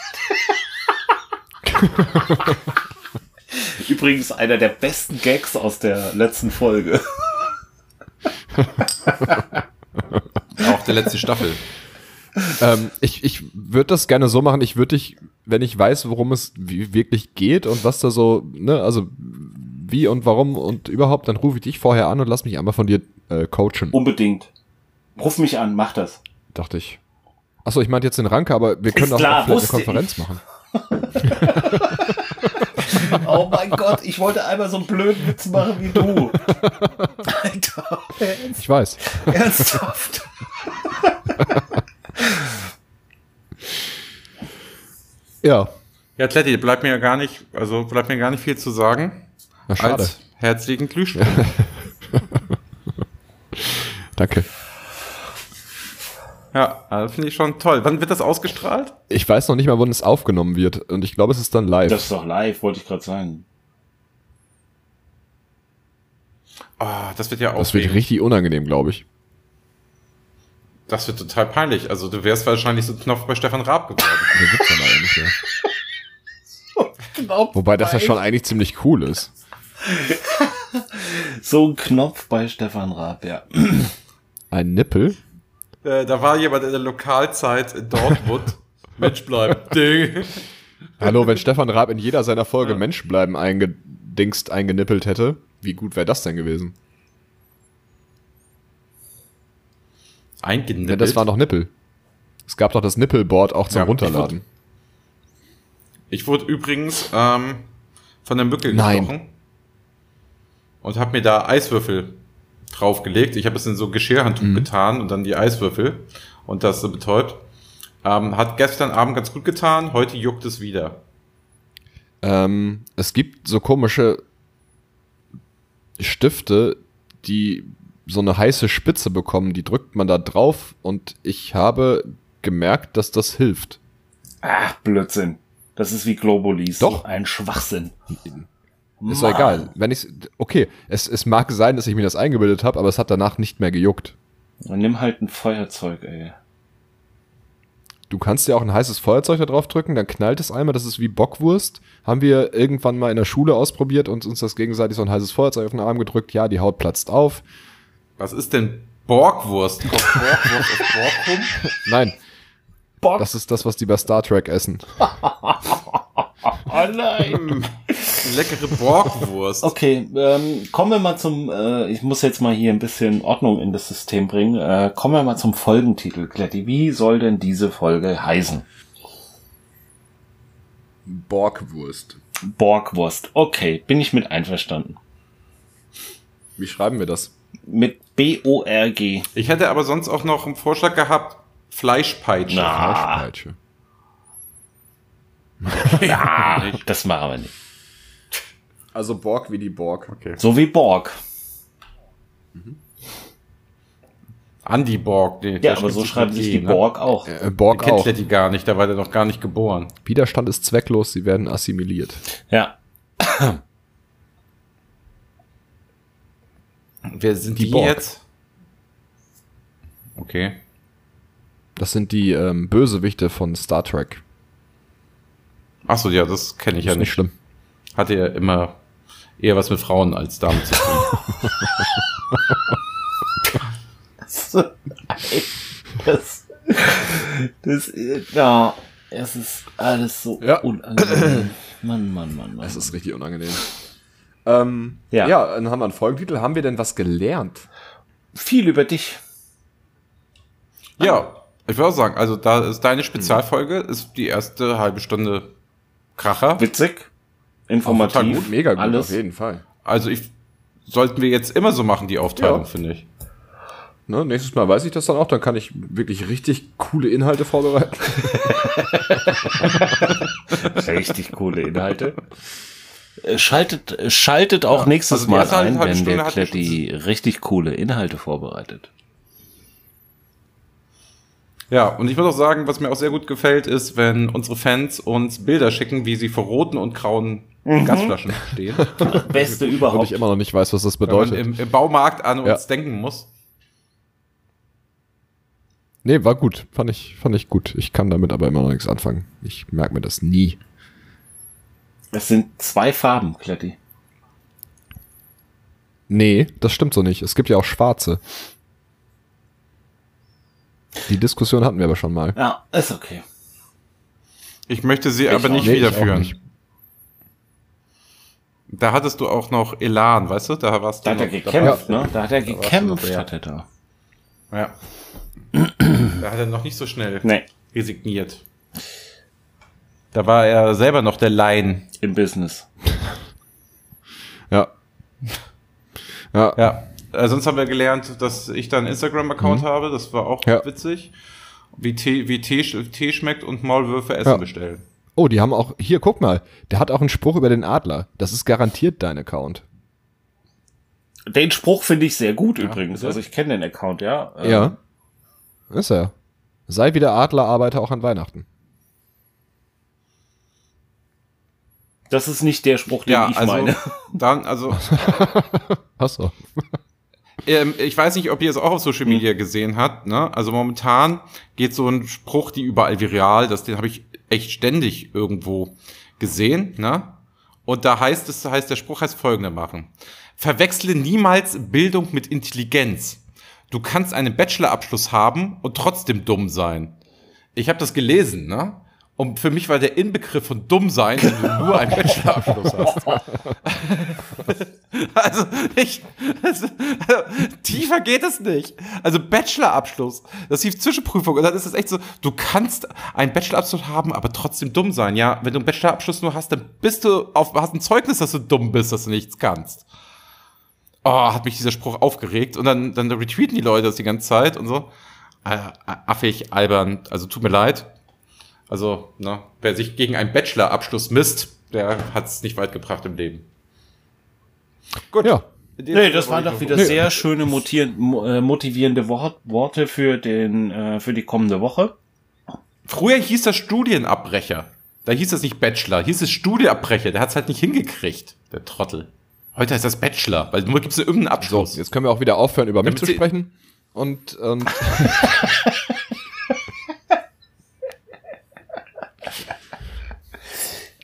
Speaker 3: Übrigens einer der besten Gags aus der letzten Folge.
Speaker 2: Auch der letzten Staffel.
Speaker 4: Ähm, ich ich würde das gerne so machen, ich würde dich, wenn ich weiß, worum es wie- wirklich geht und was da so, ne, also wie und warum und überhaupt, dann rufe ich dich vorher an und lass mich einmal von dir äh, coachen,
Speaker 3: Um Unbedingt. Ruf mich an, mach das.
Speaker 4: dachte ich. Achso, ich meinte jetzt den Ranke, aber wir können auch,
Speaker 3: klar,
Speaker 4: auch vielleicht
Speaker 3: wusste
Speaker 4: eine Konferenz machen.
Speaker 3: Oh mein Gott, ich wollte einmal so einen blöden Witz machen wie du. Alter, ernst-
Speaker 4: Ich weiß.
Speaker 3: ernsthaft.
Speaker 4: Ja.
Speaker 2: Ja, Kletti, bleibt mir ja gar nicht, also bleibt mir gar nicht viel zu sagen.
Speaker 4: Na, schade.
Speaker 2: Als herzlichen Glühstuhl.
Speaker 4: Danke.
Speaker 2: Ja, also finde ich schon toll. Wann wird das ausgestrahlt?
Speaker 4: Ich weiß noch nicht mal, wann es aufgenommen wird und ich glaube, es ist dann live.
Speaker 3: Das ist doch live, wollte ich gerade sagen.
Speaker 2: Ah, das wird ja auch.
Speaker 4: das wird richtig unangenehm, glaube ich.
Speaker 2: das wird total peinlich. Also du wärst wahrscheinlich so ein Knopf bei Stefan Raab geworden.
Speaker 4: Den gibt's dann eigentlich, ja. Wobei das ja schon eigentlich ziemlich cool ist.
Speaker 3: So ein Knopf bei Stefan Raab, ja.
Speaker 4: Ein Nippel?
Speaker 2: äh, da war jemand in der Lokalzeit in Dortmund. Mensch bleiben. Ding.
Speaker 4: Hallo, wenn Stefan Raab in jeder seiner Folge Mensch bleiben eingedingst, eingenippelt hätte, wie gut wäre das denn gewesen?
Speaker 2: Eingenippelt.
Speaker 4: Ja, das waren doch Nippel. Es gab doch das Nippelboard auch zum
Speaker 2: Ja,
Speaker 4: Runterladen.
Speaker 2: ich wurde übrigens ähm, von der Mücke
Speaker 4: Nein.
Speaker 2: gestochen. Und habe mir da Eiswürfel draufgelegt. Ich habe es in so ein Geschirrhandtuch getan und dann die Eiswürfel und das so betäubt. Ähm, hat gestern Abend ganz gut getan, heute juckt es wieder.
Speaker 4: Ähm, es gibt so komische Stifte, die so eine heiße Spitze bekommen, die drückt man da drauf und ich habe gemerkt, dass das hilft.
Speaker 3: Ach, Ah, Blödsinn. Das ist wie Globulis.
Speaker 4: Doch.
Speaker 3: Ein Schwachsinn.
Speaker 4: Ist doch
Speaker 3: Mann.
Speaker 4: egal. Wenn ich's, okay, es, es mag sein, dass ich mir das eingebildet habe, aber es hat danach nicht mehr gejuckt.
Speaker 3: Dann nimm halt ein Feuerzeug, ey.
Speaker 4: Du kannst ja auch ein heißes Feuerzeug da drauf drücken, dann knallt es einmal, das ist wie Bockwurst. Haben wir irgendwann mal in der Schule ausprobiert und uns das gegenseitig so ein heißes Feuerzeug auf den Arm gedrückt. Ja, die Haut platzt auf.
Speaker 2: Was ist denn Borgwurst? Kommt Borgwurst aus Borkum?
Speaker 4: Nein,
Speaker 3: Bock.
Speaker 4: das ist das, was die bei Star Trek essen.
Speaker 3: Oh nein.
Speaker 2: leckere Borgwurst.
Speaker 3: Okay, ähm, kommen wir mal zum, äh, ich muss jetzt mal hier ein bisschen Ordnung in das System bringen. Äh, kommen wir mal zum Folgentitel, Kletti. Wie soll denn diese Folge heißen?
Speaker 4: Borgwurst.
Speaker 3: Borgwurst. Okay, bin ich mit einverstanden.
Speaker 4: Wie schreiben wir das?
Speaker 3: Mit B-O-R-G.
Speaker 2: Ich hätte aber sonst auch noch einen Vorschlag gehabt, Fleischpeitsche.
Speaker 3: Na. Ah.
Speaker 4: Fleischpeitsche.
Speaker 3: Ja, das machen wir nicht.
Speaker 4: Also Borg wie die Borg.
Speaker 2: Okay.
Speaker 3: So wie Borg.
Speaker 2: Andy Borg. Nee,
Speaker 3: Ja,
Speaker 2: der
Speaker 3: aber
Speaker 2: schreibt
Speaker 3: so
Speaker 2: sich
Speaker 3: schreiben
Speaker 2: mit
Speaker 3: sich
Speaker 2: E,
Speaker 3: die
Speaker 2: ne?
Speaker 3: Borg auch.
Speaker 4: Äh,
Speaker 2: Der
Speaker 4: Borg
Speaker 2: kennt
Speaker 4: auch.
Speaker 2: Letty gar nicht, da war der noch gar nicht geboren.
Speaker 4: Widerstand ist zwecklos, sie werden assimiliert.
Speaker 3: Ja.
Speaker 2: Wer sind
Speaker 4: Die
Speaker 2: die,
Speaker 4: Borg.
Speaker 2: jetzt? Okay.
Speaker 4: Das sind die ähm, Bösewichte von Star Trek.
Speaker 2: Achso, ja, das kenne ich
Speaker 4: Ist
Speaker 2: ja
Speaker 4: nicht
Speaker 2: nicht.
Speaker 4: schlimm.
Speaker 2: Hatte ja immer eher was mit Frauen als Damen zu tun.
Speaker 3: Das, das, ja, es ist alles so
Speaker 4: Ja.
Speaker 3: unangenehm. Mann, Mann, Mann, Mann.
Speaker 4: Es ist richtig unangenehm. Ähm,
Speaker 3: Ja.
Speaker 4: ja. dann haben wir einen Folgentitel. Haben wir denn was gelernt?
Speaker 3: viel über dich.
Speaker 2: ja, ich würde auch sagen, also da ist deine Spezialfolge, ist die erste halbe Stunde Kracher.
Speaker 3: Witzig, informativ,
Speaker 2: Gut,
Speaker 4: Mega gut,
Speaker 3: alles.
Speaker 4: auf jeden Fall.
Speaker 2: Also ich sollten wir jetzt immer so machen, die Aufteilung,
Speaker 4: Ja.
Speaker 2: finde ich.
Speaker 4: Ne, nächstes Mal weiß ich das dann auch, dann kann ich wirklich richtig coole Inhalte vorbereiten.
Speaker 3: Richtig coole Inhalte. Äh, Schaltet, schaltet auch nächstes
Speaker 2: also die
Speaker 3: Mal
Speaker 2: erste
Speaker 3: ein,
Speaker 2: halbe
Speaker 3: wenn
Speaker 2: Stunde
Speaker 3: der
Speaker 2: hatten wir
Speaker 3: Kletti richtig coole Inhalte vorbereitet.
Speaker 2: Ja, und ich muss auch sagen, was mir auch sehr gut gefällt, ist, wenn unsere Fans uns Bilder schicken, wie sie vor roten und grauen Gasflaschen stehen.
Speaker 3: Beste
Speaker 4: Und ich
Speaker 3: überhaupt.
Speaker 4: immer noch nicht weiß, was das
Speaker 2: Wenn man
Speaker 4: bedeutet.
Speaker 2: im, im Baumarkt an uns
Speaker 4: Ja.
Speaker 2: denken muss.
Speaker 4: Nee, war gut. Fand ich, fand ich gut. Ich kann damit aber immer noch nichts anfangen. Ich merke mir das nie.
Speaker 3: Es sind zwei Farben, Kletti.
Speaker 4: Nee, das stimmt so nicht. Es gibt ja auch schwarze. Die Diskussion hatten wir aber schon mal.
Speaker 3: Ja, ist okay.
Speaker 2: Ich möchte sie aber
Speaker 3: auch
Speaker 2: nicht
Speaker 4: Nee, ich auch
Speaker 2: wiederführen.
Speaker 4: nicht.
Speaker 2: Da hattest du auch noch Elan, weißt du? Da warst du
Speaker 3: Da hat er
Speaker 2: noch-
Speaker 4: Genau.
Speaker 3: gekämpft, ne? Da hat er
Speaker 2: warst du
Speaker 3: gekämpft,
Speaker 2: noch, ja.
Speaker 3: hat er da.
Speaker 2: Ja. da hat er noch nicht so schnell
Speaker 3: Nee,
Speaker 2: resigniert. Da war er selber noch der Laien.
Speaker 3: im Business.
Speaker 4: Ja. Ja,
Speaker 2: Ja. Äh, sonst haben wir gelernt, dass ich da einen Instagram-Account habe. Das war auch
Speaker 4: Mhm. Ja.
Speaker 2: witzig. Wie Tee, wie Tee, sch- Tee schmeckt und Maulwürfe Essen
Speaker 4: Ja.
Speaker 2: bestellen.
Speaker 4: Oh, die haben auch, hier, guck mal, der hat auch einen Spruch über den Adler. Das ist garantiert dein Account.
Speaker 3: Den Spruch finde ich sehr gut übrigens.
Speaker 2: bitte?
Speaker 3: Also ich kenne den Account, ja. Ähm,
Speaker 4: Ja. Ähm, Ist er. Sei wie der Adler, arbeite auch an Weihnachten.
Speaker 3: Das ist nicht der Spruch, den
Speaker 2: ja,
Speaker 3: ich
Speaker 2: also
Speaker 3: meine.
Speaker 2: dann, also
Speaker 4: Achso.
Speaker 2: ähm, ich weiß nicht, ob ihr es auch auf Social Media gesehen habt. Ne? Also momentan geht so ein Spruch, die überall viral, das den habe ich echt ständig irgendwo gesehen. Ne? Und da heißt es, heißt der Spruch heißt folgende machen: Verwechsle niemals Bildung mit Intelligenz. Du kannst einen Bachelorabschluss haben und trotzdem dumm sein. Ich habe das gelesen, ne? Und für mich war der Inbegriff von dumm sein, wenn du nur einen Bachelorabschluss hast. also, ich, also, tiefer geht es nicht. Also Bachelorabschluss, das hieß Zwischenprüfung. Und dann ist es echt so, du kannst einen Bachelorabschluss haben, aber trotzdem dumm sein. Ja, wenn du einen Bachelorabschluss nur hast, dann bist du auf, hast ein Zeugnis, dass du dumm bist, dass du nichts kannst. Oh, hat mich dieser Spruch aufgeregt. Und dann, dann retweeten die Leute das die ganze Zeit und so. Äh, affig, albern, also tut mir leid. Also, ne, wer sich gegen einen Bachelorabschluss misst, der hat es nicht weit gebracht im Leben. Gut.
Speaker 4: Ja.
Speaker 2: In dem
Speaker 3: Nee,
Speaker 2: Sinne
Speaker 3: das waren
Speaker 2: wollte ich noch-
Speaker 3: doch wieder
Speaker 4: Nee.
Speaker 3: sehr schöne motier- mo- äh, motivierende Wort Worte für, den, äh, für die kommende Woche.
Speaker 2: Früher hieß das Studienabbrecher. Da hieß das nicht Bachelor, hieß es Studienabbrecher. Der hat es halt nicht hingekriegt, der Trottel. Heute heißt das Bachelor, weil nur gibt es irgendeinen
Speaker 4: So,
Speaker 2: Abschluss.
Speaker 4: jetzt können wir auch wieder aufhören, über mich
Speaker 2: Damit
Speaker 4: zu
Speaker 2: sie-
Speaker 4: sprechen. Und, und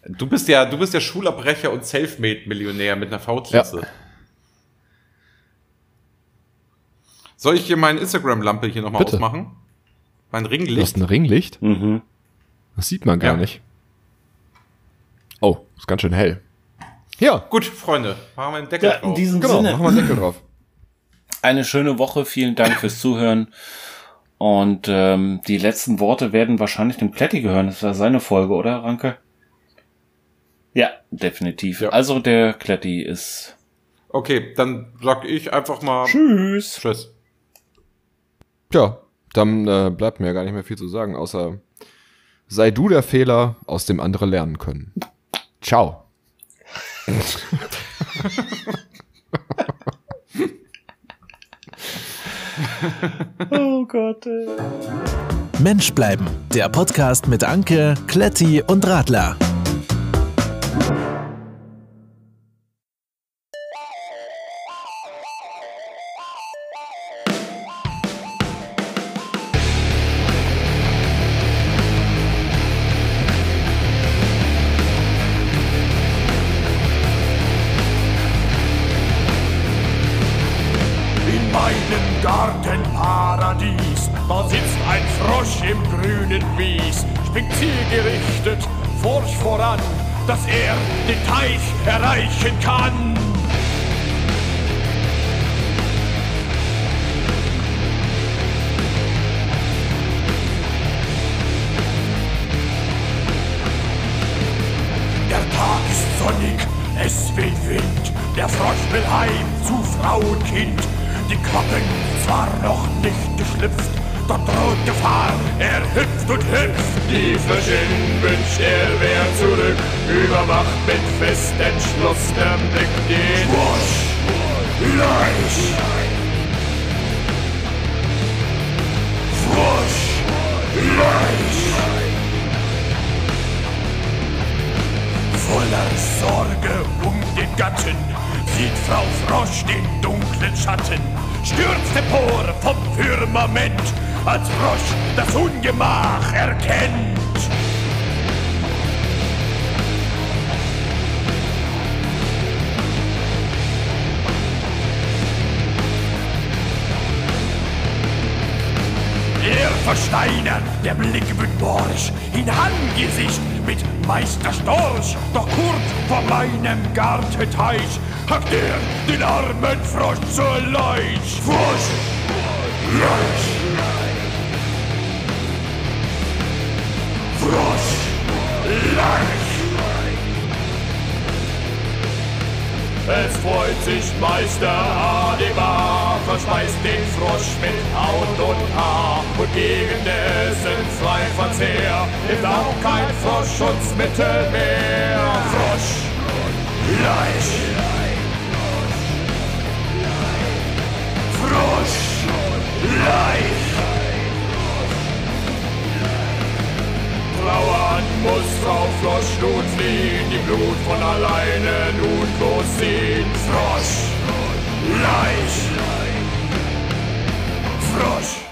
Speaker 2: du bist ja, du bist ja Schulabbrecher und Selfmade-Millionär mit einer V-Klasse. Soll ich hier meine Instagram-Lampe hier nochmal
Speaker 4: Bitte.
Speaker 2: ausmachen? Mein
Speaker 4: du hast
Speaker 2: Ringlicht?
Speaker 4: ein Ringlicht?
Speaker 3: Mhm.
Speaker 4: Das sieht man gar
Speaker 2: Ja.
Speaker 4: nicht. Oh, ist ganz schön hell. Ja,
Speaker 2: Gut, Freunde, machen wir einen Deckel
Speaker 3: Ja, in
Speaker 2: drauf.
Speaker 3: diesem
Speaker 4: genau.
Speaker 3: Sinne.
Speaker 4: Machen wir einen Deckel drauf.
Speaker 3: eine schöne Woche. Vielen Dank fürs Zuhören. Und ähm, die letzten Worte werden wahrscheinlich dem Kletti gehören. Das war seine Folge, oder, Ranke? Ja, definitiv.
Speaker 4: Ja.
Speaker 3: Also der Kletti ist.
Speaker 2: Okay, dann sag ich einfach mal
Speaker 3: Tschüss.
Speaker 2: Tschüss.
Speaker 4: Ja, dann äh, bleibt mir gar nicht mehr viel zu sagen, außer sei du der Fehler, aus dem andere lernen können. Ciao.
Speaker 3: Oh Gott.
Speaker 1: Mensch bleiben. Der Podcast mit Anke, Kletti und Radler.
Speaker 5: In meinem Gartenparadies, da sitzt ein Frosch im grünen Wies, springt zielgerichtet forsch voran, dass er den Teich erreichen kann. Der Tag ist sonnig, es weht Wind. Der Frosch will heim zu Frau und Kind. Die Glocken zwar noch nicht geschlüpft, doch droht Gefahr, er hüpft und hüpft. Die Fischin wünscht er wär zurück, überwacht mit fest entschlossenem Blick den Frosch, Leich, Frosch, Leich. Voller Sorge um den Gatten sieht Frau Frosch den dunklen Schatten, stürzt empor vom Firmament, als Frosch das Ungemach erkennt. Er versteinert, der Blick wird morsch, in Angesicht mit Meister Storch. Doch kurz vor meinem Gartenteich hackt er den armen Frosch zur Leich. Frosch, Leich. Frosch, Leich. Es freut sich Meister Ademar, verschmeißt den Frosch mit Haut und Haar und gegen dessen Freiverzehr nimmt auch kein Frosch uns Mittelmeer. Frosch, Leich. Frosch, Leich. Trauern muss Frau Frosch nun fliehen, die Blut von alleine nun losziehen. Frosch, Leich, Frosch.